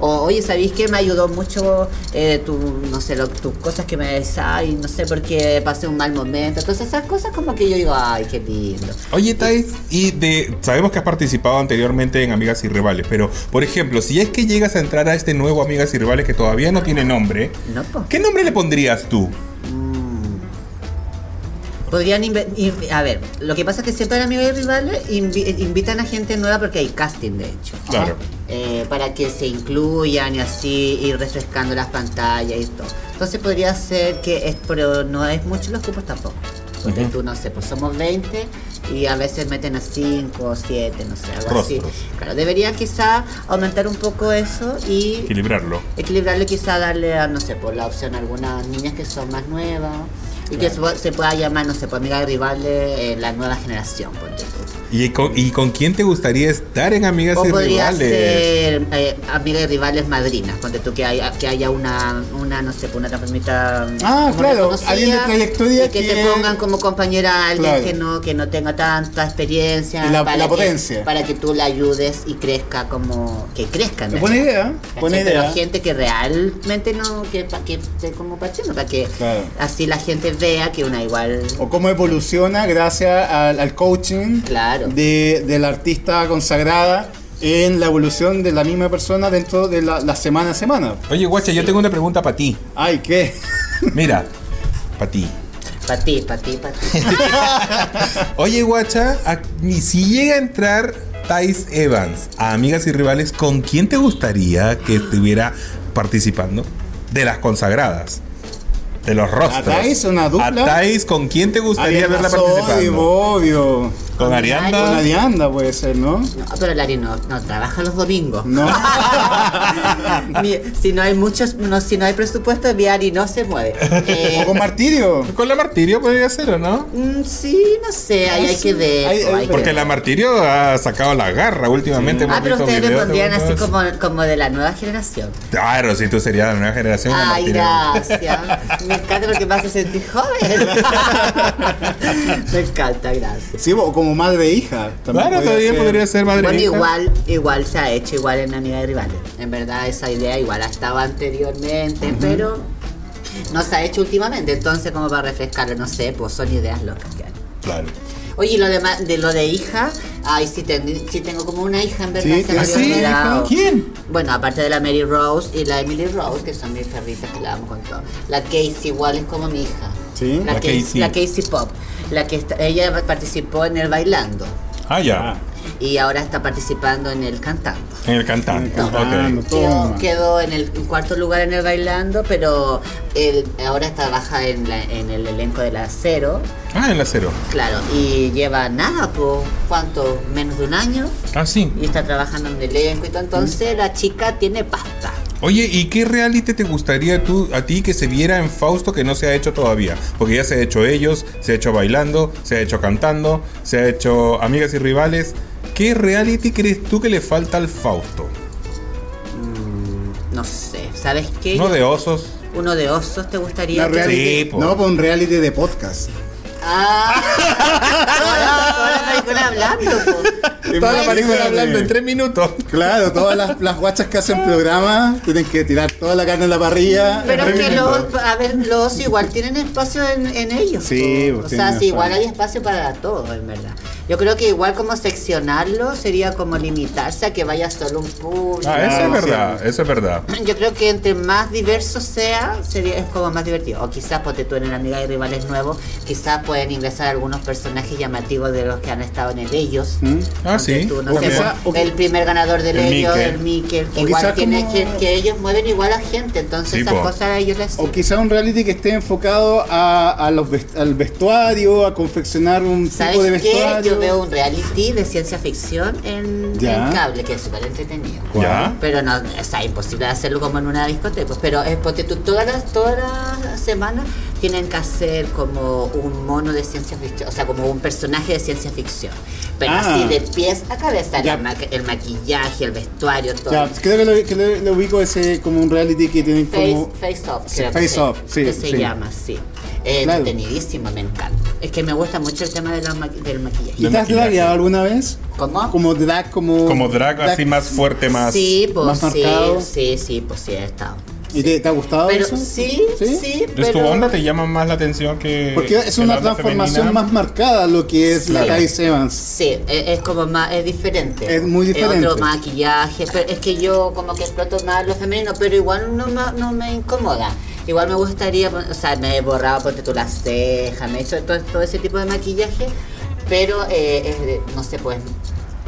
O, oye, ¿sabéis que me ayudó mucho eh, tu, no sé, lo- tus cosas que me decís, no sé, porque pasé un mal momento? Entonces esas cosas como que yo digo, ay, qué lindo. Oye, Thais, y de, sabemos que has participado anteriormente en Amigas y Rivales, pero por ejemplo, si es que llegas a entrar a este nuevo Amigas y Rivales que todavía no tiene nombre, No, po. ¿qué nombre le pondrías tú? Podrían inve- inv- a ver, lo que pasa es que siempre en amigos y rivales invi- invitan a gente nueva porque hay casting de hecho. Claro. Eh, para que se incluyan y así ir refrescando las pantallas y todo. Entonces podría ser que es, pero no es mucho los cupos tampoco. Porque tú no sé, pues somos 20 y a veces meten a 5 o 7, no sé, algo Rostros. así. Claro, debería quizá aumentar un poco eso y Equilibrarlo. equilibrarlo y quizá darle a, no sé, por la opción a algunas niñas que son más nuevas y que se, se pueda llamar, no sé, por amiga de rivales, eh, la nueva generación, ponte tú. ¿Y con, y con quién te gustaría estar en Amigas O y podría Rivales? ser eh, amiga de rivales madrinas, ponte tú que haya, que haya una, una, no sé, una transformita. Ah, como claro, reconocida, alguien de trayectoria y que, te que- pongan como compañera a alguien Claro. que, no, que no tenga tanta experiencia. Y la- la que- potencia. para que tú la ayudes y crezca como. Que crezca, ¿no? Buena idea, ¿eh? buena ¿Cachai? Pero idea. gente que realmente no, que, pa- que esté como partiendo, para que Claro. así la gente vea que una igual. O cómo evoluciona gracias al, al coaching Claro. de, de la artista consagrada en la evolución de la misma persona dentro de la, la semana a semana. Oye, guacha, yo tengo una pregunta para ti. Ay, ¿qué? Mira, para ti. Para ti, para ti, para ti. Oye, guacha, a- ni si llega a entrar Thais Evans a Amigas y Rivales, ¿con quién te gustaría que estuviera participando? De las consagradas. De los rostros. ¿A Thais, una dupla? ¿A Thais con quién te gustaría Ariana verla Sodi, participando? Ah. obvio. ¿Con Con Con Arianda? Arianda puede ser, ¿no? No, pero Lari no, no trabaja los domingos. No. Ni- si no hay muchos, no, si no hay presupuesto, Viari no se mueve. Eh, o con Martirio. Con la Martirio podría ser, ¿o no? mm, sí, no sé, ahí hay que ver. Hay- po, hay- hay que Porque ver. la Martirio ha sacado la garra últimamente. hemos Ah, pero visto ustedes me videos de pondrían así unos- como, como de la nueva generación. Claro, si tú serías la nueva generación. la Ay, Martirio. gracias. Me encanta porque me hace sentir joven. Me encanta, gracias. Sí, o como madre e hija. también Claro, todavía podría ser madre. Bueno, e hija. igual, igual se ha hecho igual en Amiga de Rivales. En verdad, esa idea igual ha estado anteriormente, pero no se ha hecho últimamente. Entonces, como para refrescarlo, no sé, pues son ideas locas que hay. Claro. Oye, y lo de, ma- de lo de hija, ay, sí, ten- sí tengo como una hija, en verdad, Sí, se me ¿ah, había sí? olvidado. ¿Quién? Bueno, aparte de la Mary Rose y la Emily Rose, que son mis perritas que la amo con todo. La Casey igual es como mi hija. Sí, La, la Casey. Casey. La Casey Pop. La que está- ella participó en el bailando Ah, ya. y ahora está participando en el cantando. En el cantante. No. ok. Cantando. Quedó, Toma. quedó en el cuarto lugar en el bailando, pero él ahora trabaja en, la- en el elenco de la cero, Ah, en la cero. claro, y lleva nada, pues, ¿cuánto? Menos de un año. Ah, sí. y está trabajando en el elenco y todo, entonces la chica tiene pasta. Oye, ¿y qué reality te gustaría tú, a ti que se viera en Fausto que no se ha hecho todavía? Porque ya se ha hecho ellos, se ha hecho bailando, se ha hecho cantando, se ha hecho amigas y rivales. ¿Qué reality crees tú que le falta al Fausto? No sé, ¿sabes qué? No de osos. Uno de osos te Una gustaría. que- reality. Sí, po. no, pues un reality de podcast. Ah, toda, toda la película hablando. po. Toda la Imagínate. película hablando en tres minutos. Claro, todas las, las guachas que hacen programas tienen que tirar toda la carne en la parrilla. Pero En es tres que minutos. los, a ver, los igual tienen espacio en, en ellos. Sí, po. pues o sea, tienen sí, igual espacio. hay espacio para todo, en verdad. Yo creo que igual como seccionarlo sería como limitarse a que vaya solo un público. Ah, eso Ah, es verdad, eso es verdad. Yo creo que entre más diverso sea, sería, es como más divertido. O quizás, porque tú en el Amiga de Rivales Nuevos, quizás pueden ingresar algunos personajes llamativos de los que han estado en el Ellos. Ah, Ponte sí. tú, no Ok. sé, quizá- pues, Mm. o qui- el primer ganador del El Ellos, Mikel. el Mikel, que O igual quizá tiene como- que, que ellos mueven igual a gente. Entonces, Sí, esas po. cosas a ellos les. O quizá un reality que esté enfocado a, a los vest- al vestuario, a confeccionar un ¿Sabes tipo de qué? vestuario. Yo veo un reality de ciencia ficción en, Ya. en cable, que es súper entretenido. ¿Ya? Pero no, está imposible hacerlo como en una discoteca. pues, Pero es porque tú todas las, todas las semanas tienen que hacer como un mono de ciencia ficción, o sea, como un personaje de ciencia ficción. Pero Ah. así de pies a cabeza, Ya. el, ma- el maquillaje, el vestuario, todo. Ya, creo que lo, que lo- lo ubico ese como un reality que tienen Face, como... face Off, Sí, creo Face que se- Off, sí, que se sí. llama, sí. Eh, Claro. Entretenidísimo, me encanta. Es que me gusta mucho el tema de la maqui- del maquillaje. ¿Y te has maquillaje. dragueado alguna vez? ¿Cómo? Como drag, como... Como drag así más fuerte, más. sí, pues más sí, marcado. sí, sí, pues sí, he estado. ¿Y te, te ha gustado Pero eso? sí, sí, ¿Es pero... tu onda te llama más la atención que. Porque es que la una onda transformación femenina? más marcada lo que es la Sí. Thais Evans. Sí, e-, es, es como más, es diferente. Es muy diferente. otro maquillaje, pero es que yo como que exploto más lo femenino, pero igual no, ma- no me incomoda. Igual me gustaría, o sea, me he borrado por tú las cejas, me he hecho todo, todo ese tipo de maquillaje, pero eh, es de- no sé, pues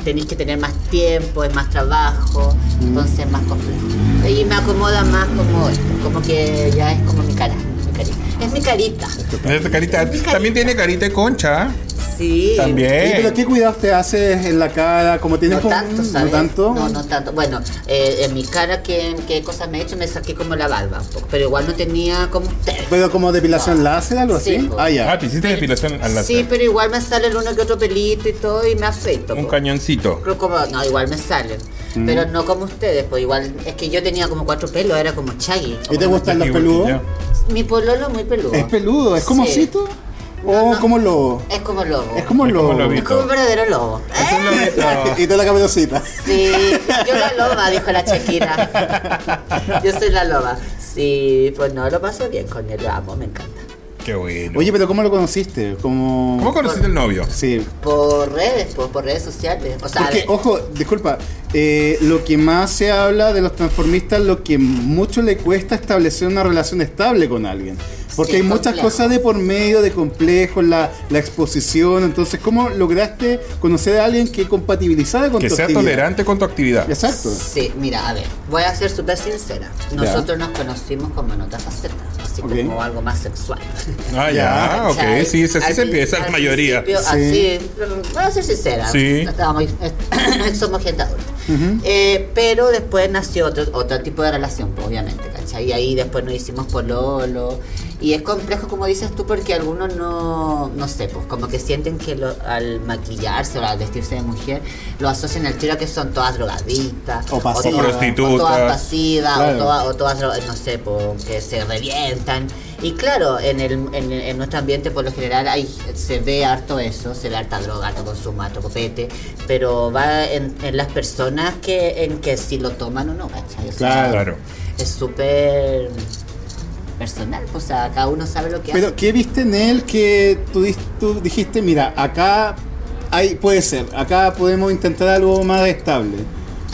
tenéis que tener más tiempo, es más trabajo, Mm. entonces es más complejo. Y me acomoda más como esto, como que ya es como mi cara, mi carita. Es mi carita. Esta carita- También tiene carita de concha. Sí. También. Oye, ¿Pero qué cuidados te haces en la cara? Como tienes No como- tanto, ¿sabes? ¿No tanto? No, no tanto. Bueno, eh, en mi cara, ¿qué, qué cosas me he hecho? Me saqué como la barba, un poco, pero igual no tenía como ustedes. ¿Pero como depilación No. láser algo Sí, así? pues. Ah, ya. Ah, te hiciste depilación al láser. Sí, pero igual me sale el uno que otro pelito y todo y me afecto. pues. Un cañoncito. Creo como, no, igual me salen. Mm. Pero no como ustedes, pues igual es que yo tenía como cuatro pelos, era como Chaggy. ¿Y te gustan los Igual peludos? que yo. Mi pololo muy peludo. ¿Es peludo? ¿Es como Sí. osito? No, ¿O no. como lobo? Es como lobo. Es como Es como lobo. lobito. Es como un verdadero lobo. Es un lobito. y toda la cabellosita. Sí, yo la loba, dijo la Shakira. Yo soy la loba. Sí, pues no, lo paso bien con él, lo amo, me encanta. Qué bueno. Oye, pero ¿cómo lo conociste? Como... ¿Cómo conociste el novio? Sí. Por redes, por, por redes sociales. O sea, Porque, de- ojo, disculpa, eh, lo que más se habla de los transformistas, lo que mucho le cuesta establecer una relación estable con alguien. Porque Sí, hay muchas complejo. cosas de por medio, de complejos, la, la exposición. Entonces, ¿cómo lograste conocer a alguien que compatibilizara con Que tu sea actividad? tolerante con tu actividad. Exacto. Sí, mira, a ver, voy a ser súper sincera. Nosotros nos conocimos como en otra faceta, así Ok. como algo más sexual. Ah, ya, ¿Cachai? ok. Sí, es así Al se prin- empieza la al mayoría. principio, Sí. Así, voy a ser sincera. Sí. Estábamos- est- somos gente adulta. Eh, pero después nació otro, otro tipo de relación, pues, obviamente, ¿cachai? Y ahí después nos hicimos pololo. Y es complejo, como dices tú, porque algunos no, no sé, pues como que sienten que lo- al maquillarse o al vestirse de mujer, lo asocian al tiro a que son todas drogadictas. O pasivas. todas- O prostitutas. O todas pasivas, Claro. o todas o todas, las- no sé, po, que se revientan. Y claro, en, el, en, en nuestro ambiente por lo general hay, se ve harto eso, se ve harta droga, harto consumo, harto copete, pero va en, en las personas que en que si lo toman o no, ¿cachai? O sea, Claro. Es súper personal, pues, o sea, cada uno sabe lo que Pero, hace. ¿qué viste en él que tú, dis- tú dijiste, mira, acá hay, puede ser, acá podemos intentar algo más estable?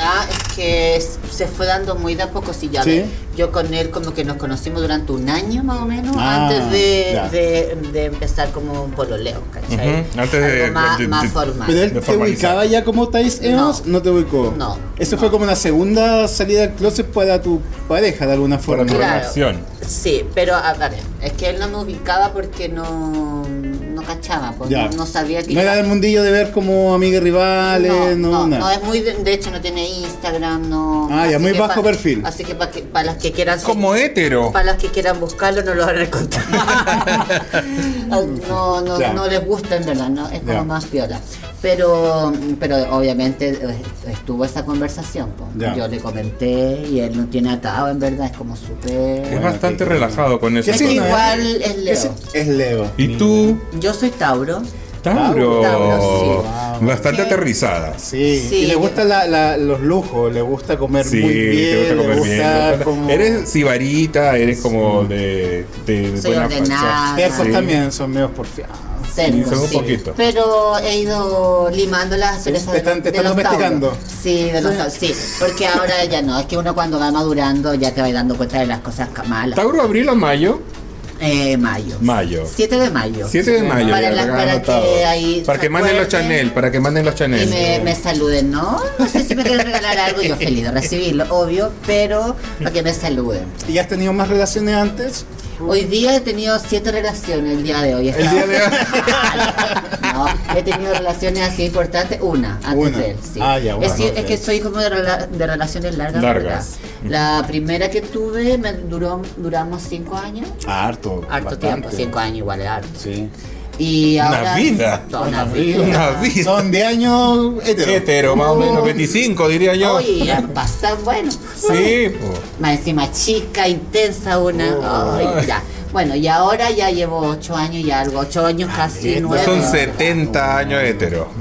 Ah, es que s- se fue dando muy de a poco, si ya Sí. ves, Yo con él como que nos conocimos durante un año más o menos Ah, antes de, ya. de, de empezar como un pololeo, ¿cachai? Ujú, antes de- Algo más, de- de- más de- formal. ¿Pero él De te formalizar. ubicaba ya como Thais Evans? No, No. te ubicó. No, Eso no. fue como una segunda salida del closet para tu pareja, de alguna Para forma. tu Claro. relación. Sí, pero a, a ver, es que él no me ubicaba porque no, no cachaba, pues, Ya. no, no sabía que No era del mundillo de ver como amigas rivales, no, no, nada. es muy, de, de hecho no tiene Instagram, no. Ah, ya, así muy que bajo perfil. Así que para las que quieran Como Oh. hétero. Para las que quieran buscarlo, no lo van a encontrar. no, no, Ya. no les gusta, en verdad, ¿no? Es como Ya. más piola. Pero, pero obviamente eh, estuvo esa conversación. po. Ya. Yo le comenté y él no tiene atado, en verdad, es como Es súper. bastante ok. relajado con eso. ¿Qué Es que signo entonces. igual es? es ¿Qué se- Leo. Es Leo. ¿Y tú? Yo soy Tauro. Tauro. Tauro, sí. Bastante Sí. aterrizada. Sí. Sí, y le yo- gustan la- la- los lujos, le gusta comer Sí, muy bien, te gusta comer le bien. gusta te gusta- como... Eres sibarita, eres como de, de Soy buena facha. ordenada. Esos Sí. también son medios porfiados. Tengo, Son un sí. poquito. Pero he ido limando las cerezas te están- te de están los Tauros. domesticando. Sí, de los Tauros, sí. Porque ahora ya no. Es que uno cuando va madurando ya te va dando cuenta de las cosas malas. Tauro, abril o mayo. Eh, mayo. Mayo. 7 de mayo. 7 de mayo. Para ya, las- lo para anotado. que ahí Para que se manden los acuerden. Chanel, para que manden los Y Chanel. me, me saluden, ¿no? No sé si me quieren regalar algo, yo feliz de recibirlo, obvio, pero para que me saluden. ¿Y has tenido más relaciones antes? Hoy día he tenido siete relaciones, el día de hoy. El día de hoy. No, he tenido relaciones así importantes, una, antes Una. de él, sí. Ah, ya, bueno, es, decir, ok. es que soy como de, rela- de relaciones largas. Largas. ¿verdad? La primera que tuve me duró, duramos cinco años. Harto. Harto tiempo, cinco años igual es harto. Sí. Y Una ahora, vida. Toda una vida. Una vida. Son de años hetero. Hetero, más o menos. 25, diría yo. Oye, y han pasado, bueno. Sí, po. Más encima chica, intensa una. Ay, ya. Bueno, y ahora ya llevo ocho años y algo, ocho años casi nueve. pues, son 70 años hetero.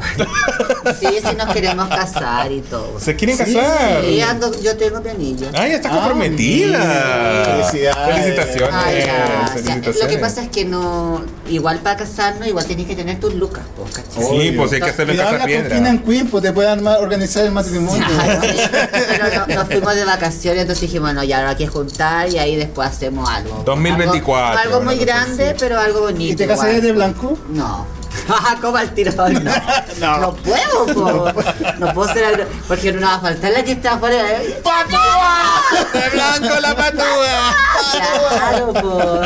Sí, sí nos queremos casar y todo. Se quieren casar. Sí, ando- yo tengo mi anillo. Ay, estás Ah, comprometida. mira. Felicidades. Felicitaciones. Ay, gracias. felicitaciones. Lo que pasa es que no, igual para casarnos, igual tenés que tener tus lucas, vos, ¿cachai? Sí, pues hay que hacerlo en Cuidado Casa la Piedra. cocina en Queen, pues te puede armar- organizar el matrimonio. Ay, sí. Pero no- nos fuimos de vacaciones, entonces dijimos, no, ya ahora hay que juntar y ahí después hacemos algo. Algo, 2024, algo muy una cosa grande, así. pero algo bonito. ¿Y te igual. casarías de blanco? No. Como al tirón, no. No. no. puedo, po. No puedo ser agro- Porque no va a faltar la que está afuera. ¿eh? ¡De blanco la patúa! Claro, po.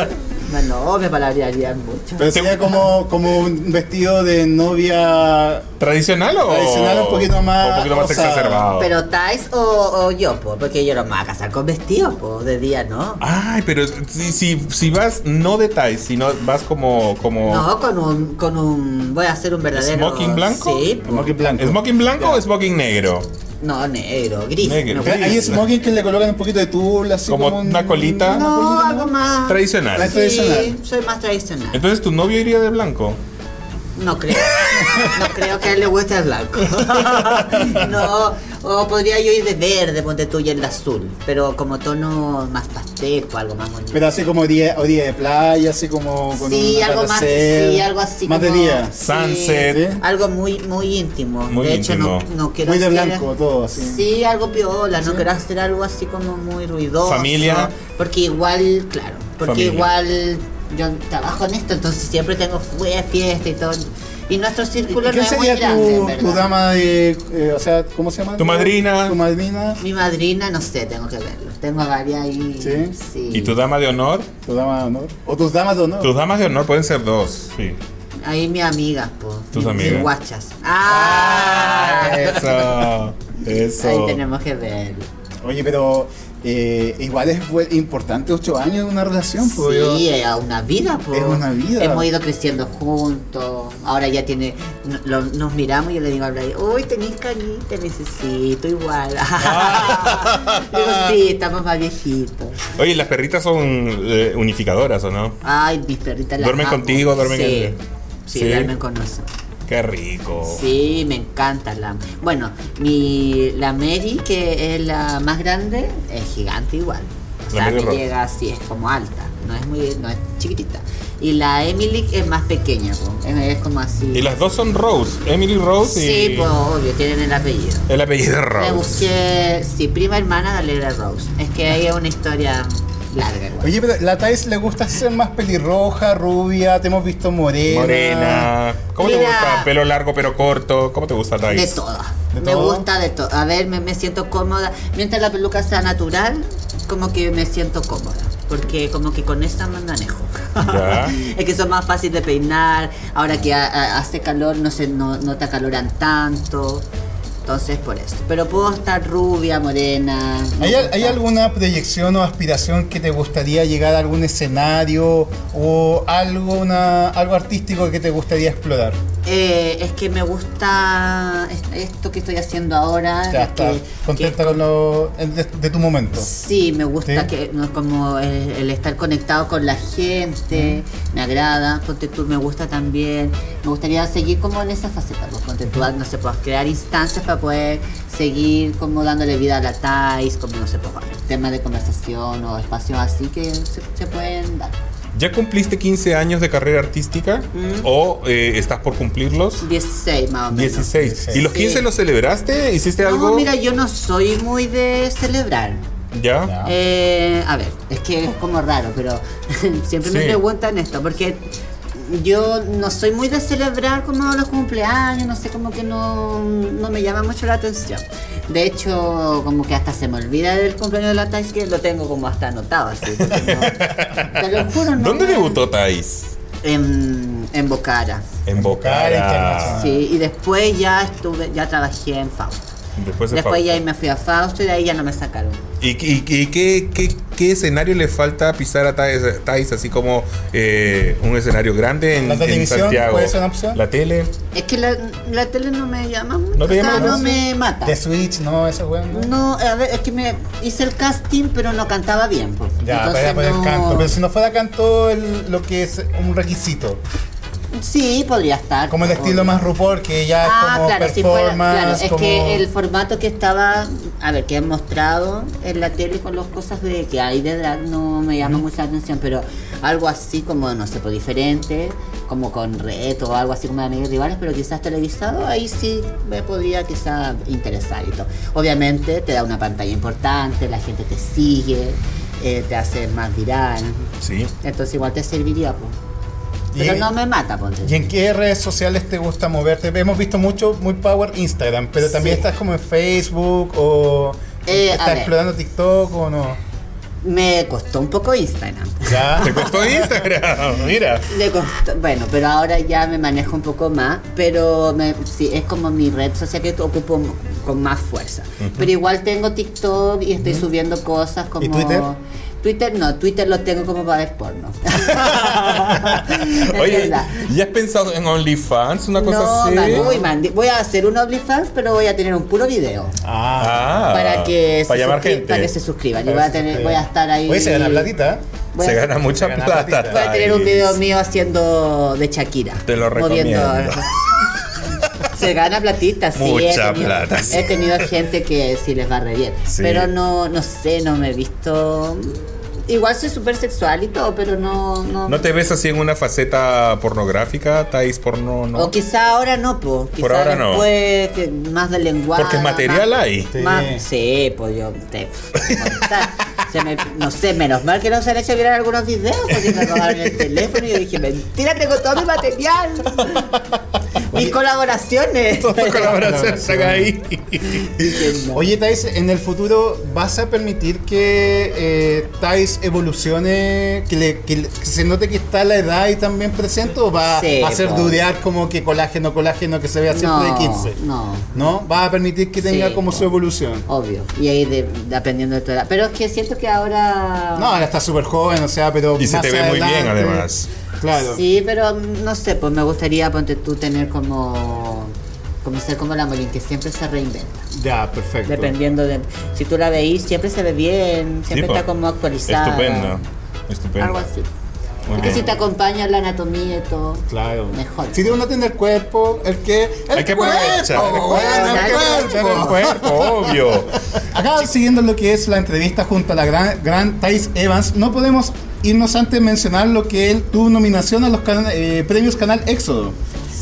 No, no, me palabrearían mucho. Pero sería como, como un vestido de novia. ¿Tradicional o...? Tradicional, un poquito más o Un poquito más osado. exacerbado. Pero Tais o, o yo, po, porque yo no me voy a casar con vestido, po, de día, ¿no? Ay, pero si, si, si vas no de tie, sino vas como... como No, con un, con un, voy a hacer un verdadero... ¿Smoking blanco? Sí, po. Smoking blanco. ¿Smoking blanco o smoking negro? no, negro, gris. Negro, me gusta. gris. Hay smoking que le colocan un poquito de tul, así Como como, una colita. una No, colita, algo más... Tradicional. Más Sí, tradicional. soy más tradicional. Entonces tu novio iría de blanco. No creo. No creo que a él le guste el blanco. No. O podría yo ir de verde, ponte tú y el de azul. Pero como tono más pastel o algo más bonito. Pero así como día, o día de playa, así como con sí, un algo más. atardecer, Sí, algo así. Más de como- día. sí, Sunset. algo muy, muy íntimo. Muy de hecho, no, íntimo. no quiero Muy de hacer- blanco todo, así. Sí, algo piola. No quiero hacer algo así como muy ruidoso. Familia. Porque igual, claro. Porque Familia. igual yo trabajo en esto, entonces siempre tengo fue- fiesta y todo. Y nuestro ¿Y círculo no ¿Quién es muy sería grande, en tu, verdad. tu dama de. eh, o sea, ¿cómo se llama? Tu madrina. Tu madrina. Mi madrina, no sé, tengo que verlo. Tengo varias ahí. ¿Sí? ¿Y tu dama de honor? Tu dama de honor. O tus damas de honor. Tus damas de honor pueden ser dos. Sí. Ahí mis amigas, po. Tus Mis- amigas. Mis guachas. ¡Ah! Eso. Ahí Eso. tenemos que verlo. Oye, pero. eh, igual es bu- importante ocho años de una relación, Sí, pues, yo- eh. es una vida, po. Es una vida. Hemos ido creciendo juntos. Ahora ya tiene. no- lo- nos miramos y yo le digo a Blay, uy, tenés canita, necesito igual. Ah. Digo, sí, estamos más viejitos. Oye, las perritas son eh, unificadoras, ¿o no? Ay, mis perritas las ¿Duermen amo. contigo? ¿Duermen sí. con- Sí, Sí. duermen con nosotros. Qué rico. Sí, me encanta la. Bueno, mi la Mary que es la más grande es gigante igual. O sea, La Mary me Rose. llega así, es como alta, no es muy, no es chiquitita. Y la Emily es más pequeña, po, es, es como así. Y las dos son Rose. Emily Rose y Sí, pues obvio, tienen el apellido. el apellido Me Rose. busqué, sí, prima hermana de Alegra Rose. Es que ahí es una historia larga igual. Oye, pero la Thais le gusta ser más pelirroja, rubia, te hemos visto morena. Morena. ¿Cómo te Mira. gusta? Pelo largo pero corto. ¿Cómo te gusta, De Thais? todo. ¿De me todo? gusta de todo. A ver, me, me siento cómoda. Mientras la peluca sea natural, como que me siento cómoda. Porque como que con esta me manejo. Ya. es que son más fácil de peinar. Ahora que ha- ha- hace calor, no, se, no, no te acaloran tanto. Entonces, por eso. Pero puedo estar rubia, morena. me ¿Hay, al- gusta. hay alguna proyección o aspiración que te gustaría llegar a algún escenario o algo, una- algo artístico que te gustaría explorar? Eh, es que me gusta est- esto que estoy haciendo ahora. Ya Ah, que- está, que- contenta con lo en- de, de tu momento. Sí, me gusta ¿Sí? que no, como el, el estar conectado con la gente, me agrada, ponte tú, me gusta también. Me gustaría seguir como en esa faceta, pues, ponte tú, no sé, pues crear instancias para poder seguir como dándole vida a la TAIS, como no sé, pues, temas de conversación o espacios así que se, se pueden dar. ¿Ya cumpliste 15 años de carrera artística? Mm. ¿O eh, estás por cumplirlos? 16 más o menos. 16. ¿Y los Sí. 15 los celebraste? ¿Hiciste algo? No, mira, yo no soy muy de celebrar. ¿Ya? Eh, a ver, es que es como raro, pero siempre me Sí. preguntan esto, porque yo no soy muy de celebrar como los cumpleaños, no sé, como que no, no me llama mucho la atención. De hecho, como que hasta se me olvida del cumpleaños de la Thais, que lo tengo como hasta anotado, así. porque no- te lo juro, no ¿Dónde me- debutó Thais? En, en Bocara. En Bocara Bocara. Sí, y después ya estuve, ya trabajé en Fausto. Después de Después Fausto. ya ahí me fui a Fausto y de ahí ya no me sacaron. ¿Y, y- y qué, qué- qué escenario le falta pisar a Thais, Thais? así como eh, un escenario grande en, ¿La en televisión Santiago? puede ser una opción? ¿La tele? Es que la, la tele no me llama. ¿No te o llama sea, la no atención? me mata. De Switch, no, esa weón. No, No, a ver, es que me hice el casting, pero no cantaba bien. po. Ya, Entonces, para poner no- canto. pues. Pero si no fuera canto, el- lo que es un requisito. Sí, podría estar. pues, Como el obvio. estilo más RuPaul, que ya es Ah, como claro, si fuera, performance. claro, es como- que el formato que estaba, a ver, que han mostrado en la tele con las cosas de que hay de drag no me llama mucho la atención, pero algo así como, no sé, pues diferente, como con reto o algo así como de amigos y rivales, pero quizás televisado, ahí sí me podría quizás interesar y todo. Obviamente te da una pantalla importante, la gente te sigue, eh, te hace más viral, Sí. entonces igual te serviría, pues. Pero Y- no me mata, ponte. ¿Y en qué redes sociales te gusta moverte? Hemos visto mucho, muy power Instagram, pero también Sí. estás como en Facebook o Eh, a estás ver. explorando TikTok o no. Me costó un poco Instagram. Ya. Te costó Instagram, mira. Le costó- bueno, pero ahora ya me manejo un poco más, pero me- sí, es como mi red social que ocupo m- con más fuerza. Pero igual tengo TikTok y estoy subiendo cosas como... Twitter? Twitter no, Twitter lo tengo como para ver porno. Es Oye, verdad. ¿y has pensado en OnlyFans? Una cosa No, así. man, uy, man, di- voy a hacer un OnlyFans, pero voy a tener un puro video. Ah, para que para llamar suscri- gente. Para que se suscriban. Yo Para voy a, que se tener, suscriban. voy a estar ahí. Oye, se gana platita. ¿eh? Voy a- se gana mucha Se gana plata. platita. Voy a tener un video Thais. mío haciendo de Shakira. Te lo recomiendo. Se gana platita, sí. Mucha he tenido, plata, sí. He tenido gente que sí les va re bien. Sí. Pero no, no sé, no me he visto. Igual soy súper sexual y todo, pero no. no, ¿No te ves así en una faceta pornográfica, Thais porno? No. O quizá ahora no, pues. Quizá ahora no. después, que más del lenguaje. Porque material hay. Sí. sí, pues yo te puedo contar. Se me- no sé, menos mal que no se han hecho virar algunos videos porque me robaron el teléfono y yo dije, mentira, tengo todo mi material. Mis colaboraciones. Todo colaboración saca ahí. Dije, no. Oye, Thais, en el futuro vas a permitir que eh, Thais evolucione, que, le- que le- que se note que está la edad y también presente o va Sí, a hacer po. dudear como que colágeno, colágeno que se vea siempre de 15? No, ¿No? ¿Vas a permitir que tenga Sí, como po. su evolución? obvio. Y ahí de- dependiendo de tu edad. Pero es que siento que ahora. No, ahora está súper joven, o sea, pero. Y se más te ve muy bien, adelante- además. Claro. Sí, pero mm, no sé, pues me gustaría, ponte tú, tener como. Como ser como la Molin, que siempre se reinventa. Ya, perfecto. Dependiendo de. Si tú la veís, siempre se ve bien, siempre Sí, pues, está po. como actualizada. Estupendo. Estupendo. Algo así. Muy Y bien. si te acompaña la anatomía y todo. Claro. Mejor. Si de uno tiene el cuerpo, el que. El Hay que cuerpo, aprovechar. weón, Hay que el Tiene el cuerpo. cuerpo, obvio. Acá siguiendo lo que es la entrevista junto a la gran, gran Thais Evans, no podemos irnos antes de mencionar lo que él tuvo nominación a los cana- eh, premios Canal Éxodo.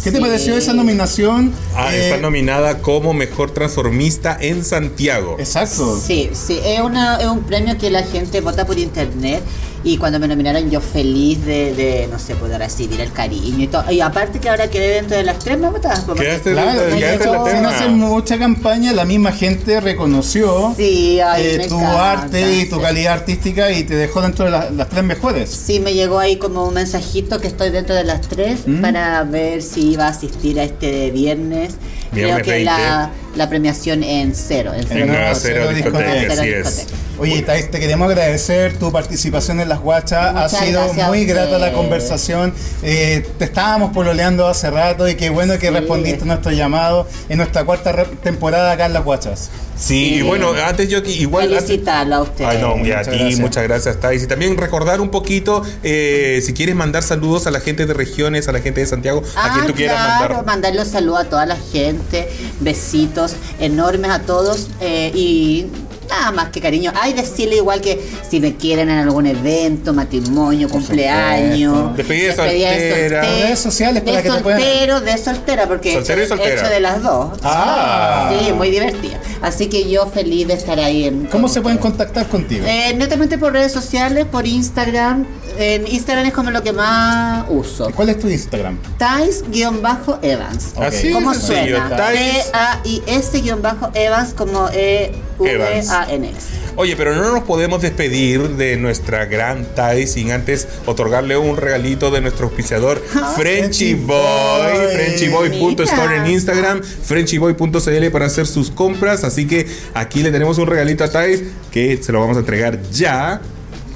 ¿Qué te Sí. pareció esa nominación? Ah, Eh, está nominada como mejor transformista en Santiago. Exacto. Sí, sí, es, una, es un premio que la gente vota por internet y cuando me nominaron yo feliz de, de, no sé, poder recibir el cariño y todo. Y aparte que ahora quedé dentro de las tres más votadas. pues, Quedaste Claro, dentro- y quedaste eso, en la terna. sin hacer mucha campaña, la misma gente reconoció Sí, ay, eh, me tu encanta, arte y tu sí. calidad artística y te dejó dentro de la- las tres mejores. Sí, me llegó ahí como un mensajito que estoy dentro de las tres ¿Mm? para ver si iba a asistir a este viernes. Viernes Creo que 20. la, la premiación en cero. En cero. En la No, cero cero discoteca, discoteca. así Cero es. discoteca. Oye, Thais, te queremos agradecer tu participación en las guachas. Ha Muchas sido gracias a muy grata la ustedes. conversación. Eh, te estábamos pololeando hace rato y qué bueno que Sí. respondiste a nuestro llamado en nuestra cuarta re- temporada acá en las guachas. Sí, Sí. y bueno, antes yo aquí- igual. antes- Felicitarla a ustedes. Ay, no, y a Muchas ti, gracias. muchas gracias, Thais. Y también recordar un poquito, eh, si quieres mandar saludos a la gente de regiones, a la gente de Santiago, a quien tú quieras Ah, claro, mandar. mandarle un saludo a toda la gente, besitos enormes a todos eh, y nada más que cariño. Hay decirle igual que si me quieren en algún evento, matrimonio, cumpleaños. Despedida de soltera. Redes sociales para de que te puedan- soltero, de soltera, porque he hecho, Soltero y soltera. he hecho de las dos. Ah. Sí, muy divertida. Así que yo feliz de estar ahí. En, ¿Cómo se pueden contactar contigo? Eh, netamente por redes sociales, por Instagram. En Instagram es como lo que más uso. ¿Cuál es tu Instagram? Thais-Evans. Ok. Así ¿Cómo es sencillo. suena? Thais- ah. T-A-I-S-Evans como E E-V-A-N-X. Oye, pero no nos podemos despedir de nuestra gran Tai sin antes otorgarle un regalito de nuestro auspiciador Frenchy Frenchy Boy. Boy. Frenchieboy.store en Mira. Instagram, frenchieboy.cl para hacer sus compras. Así que aquí le tenemos un regalito a Thais que se lo vamos a entregar ya.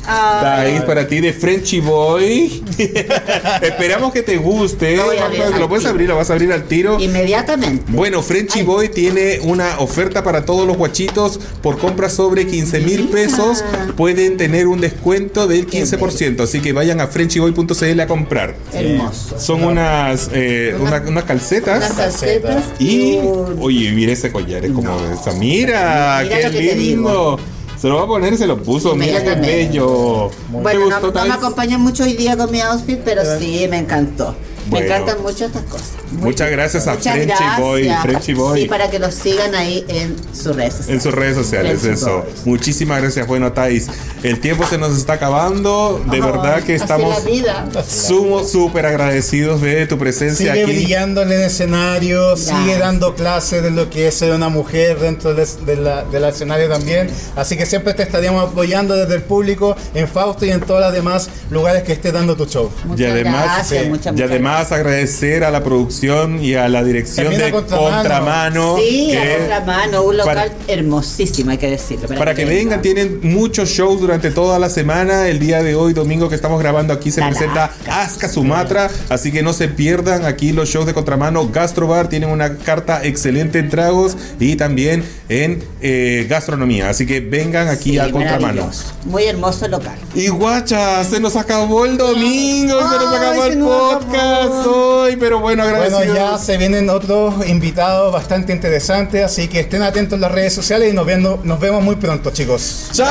Ah, Thais, para ti de Frenchy Boy. Esperamos que te guste. Lo voy a abrir Lo al puedes tiro. abrir, lo vas a abrir al tiro. Inmediatamente. Bueno, Frenchy Boy tiene una oferta para todos los guachitos por compra sobre 15 mil Mira. pesos. Pueden tener un descuento del 15%. Así que vayan a frenchyboy.cl a comprar. Hermoso. Son unas, eh, una- unas Las calcetas. calcetas Y, un- oye, mira ese collar, es como de esa. Mira, Mira qué lo que te lindo. digo. Se lo va a poner, se lo puso. Mira qué Inmediatamente. bello. ¿Te Bueno, no, gustó, no me Thais? acompañó mucho hoy día con mi outfit, pero sí, me encantó. Bueno. Me encantan mucho estas cosas. Muchas gracias a Muchas Frenchy gracias. Boy. Frenchy Boy. Sí, para que los sigan ahí en sus redes sociales. En sus redes sociales, Frenchy eso. Boys. Muchísimas gracias. Bueno, Thais, el tiempo se nos está acabando. De Ay, verdad que así estamos la vida. sumo súper agradecidos de tu presencia Sigue aquí. brillando en el escenario, sigue dando clases de lo que es ser una mujer dentro del de la- del escenario también. Así que siempre te estaríamos apoyando desde el público, en Fausto y en todos los demás lugares que esté dando tu show. Y Muchas además, eh, gracias, sí, muchas, Y muchas además agradecer a la producción y a la dirección También a de Contramano. Contramano. Sí, que- a otra mano, un local para- hermosísimo, hay que decirlo. Para que vengan, tienen muchos shows durante toda la semana. El día de hoy, domingo que estamos grabando aquí, se La presenta Aska Sumatra. Así que no se pierdan aquí los shows de contramano. Gastrobar tienen una carta excelente en tragos y también en eh, gastronomía. Así que vengan aquí Sí, a contramano. maravilloso. Muy hermoso local. Y guacha, se nos acabó el domingo, se nos Ay, acabó se el nos podcast hoy. Pero bueno, Bueno, agradecidos. ya se vienen otros invitados bastante interesantes, así que estén atentos en las redes sociales y nos, viendo- nos vemos muy pronto, chicos. ¡Chao!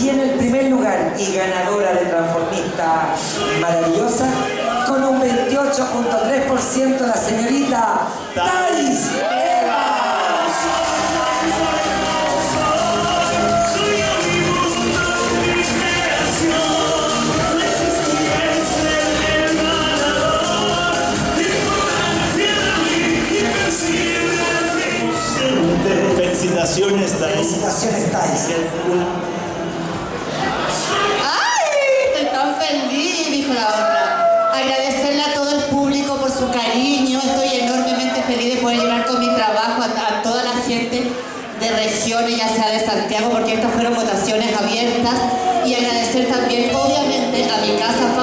Y en el primer lugar y ganadora de Transformista Maravillosa, con un 28.3% la señorita Thais Eva. Felicitaciones, Thais. Felicitaciones Thais. ¡Ay! Estoy tan feliz, dijo la otra. Agradecerle a todo el público por su cariño. Estoy enormemente feliz de poder llevar con mi trabajo a, a toda la gente de regiones, ya sea de Santiago, porque estas fueron votaciones abiertas. Y agradecer también, obviamente, a mi casa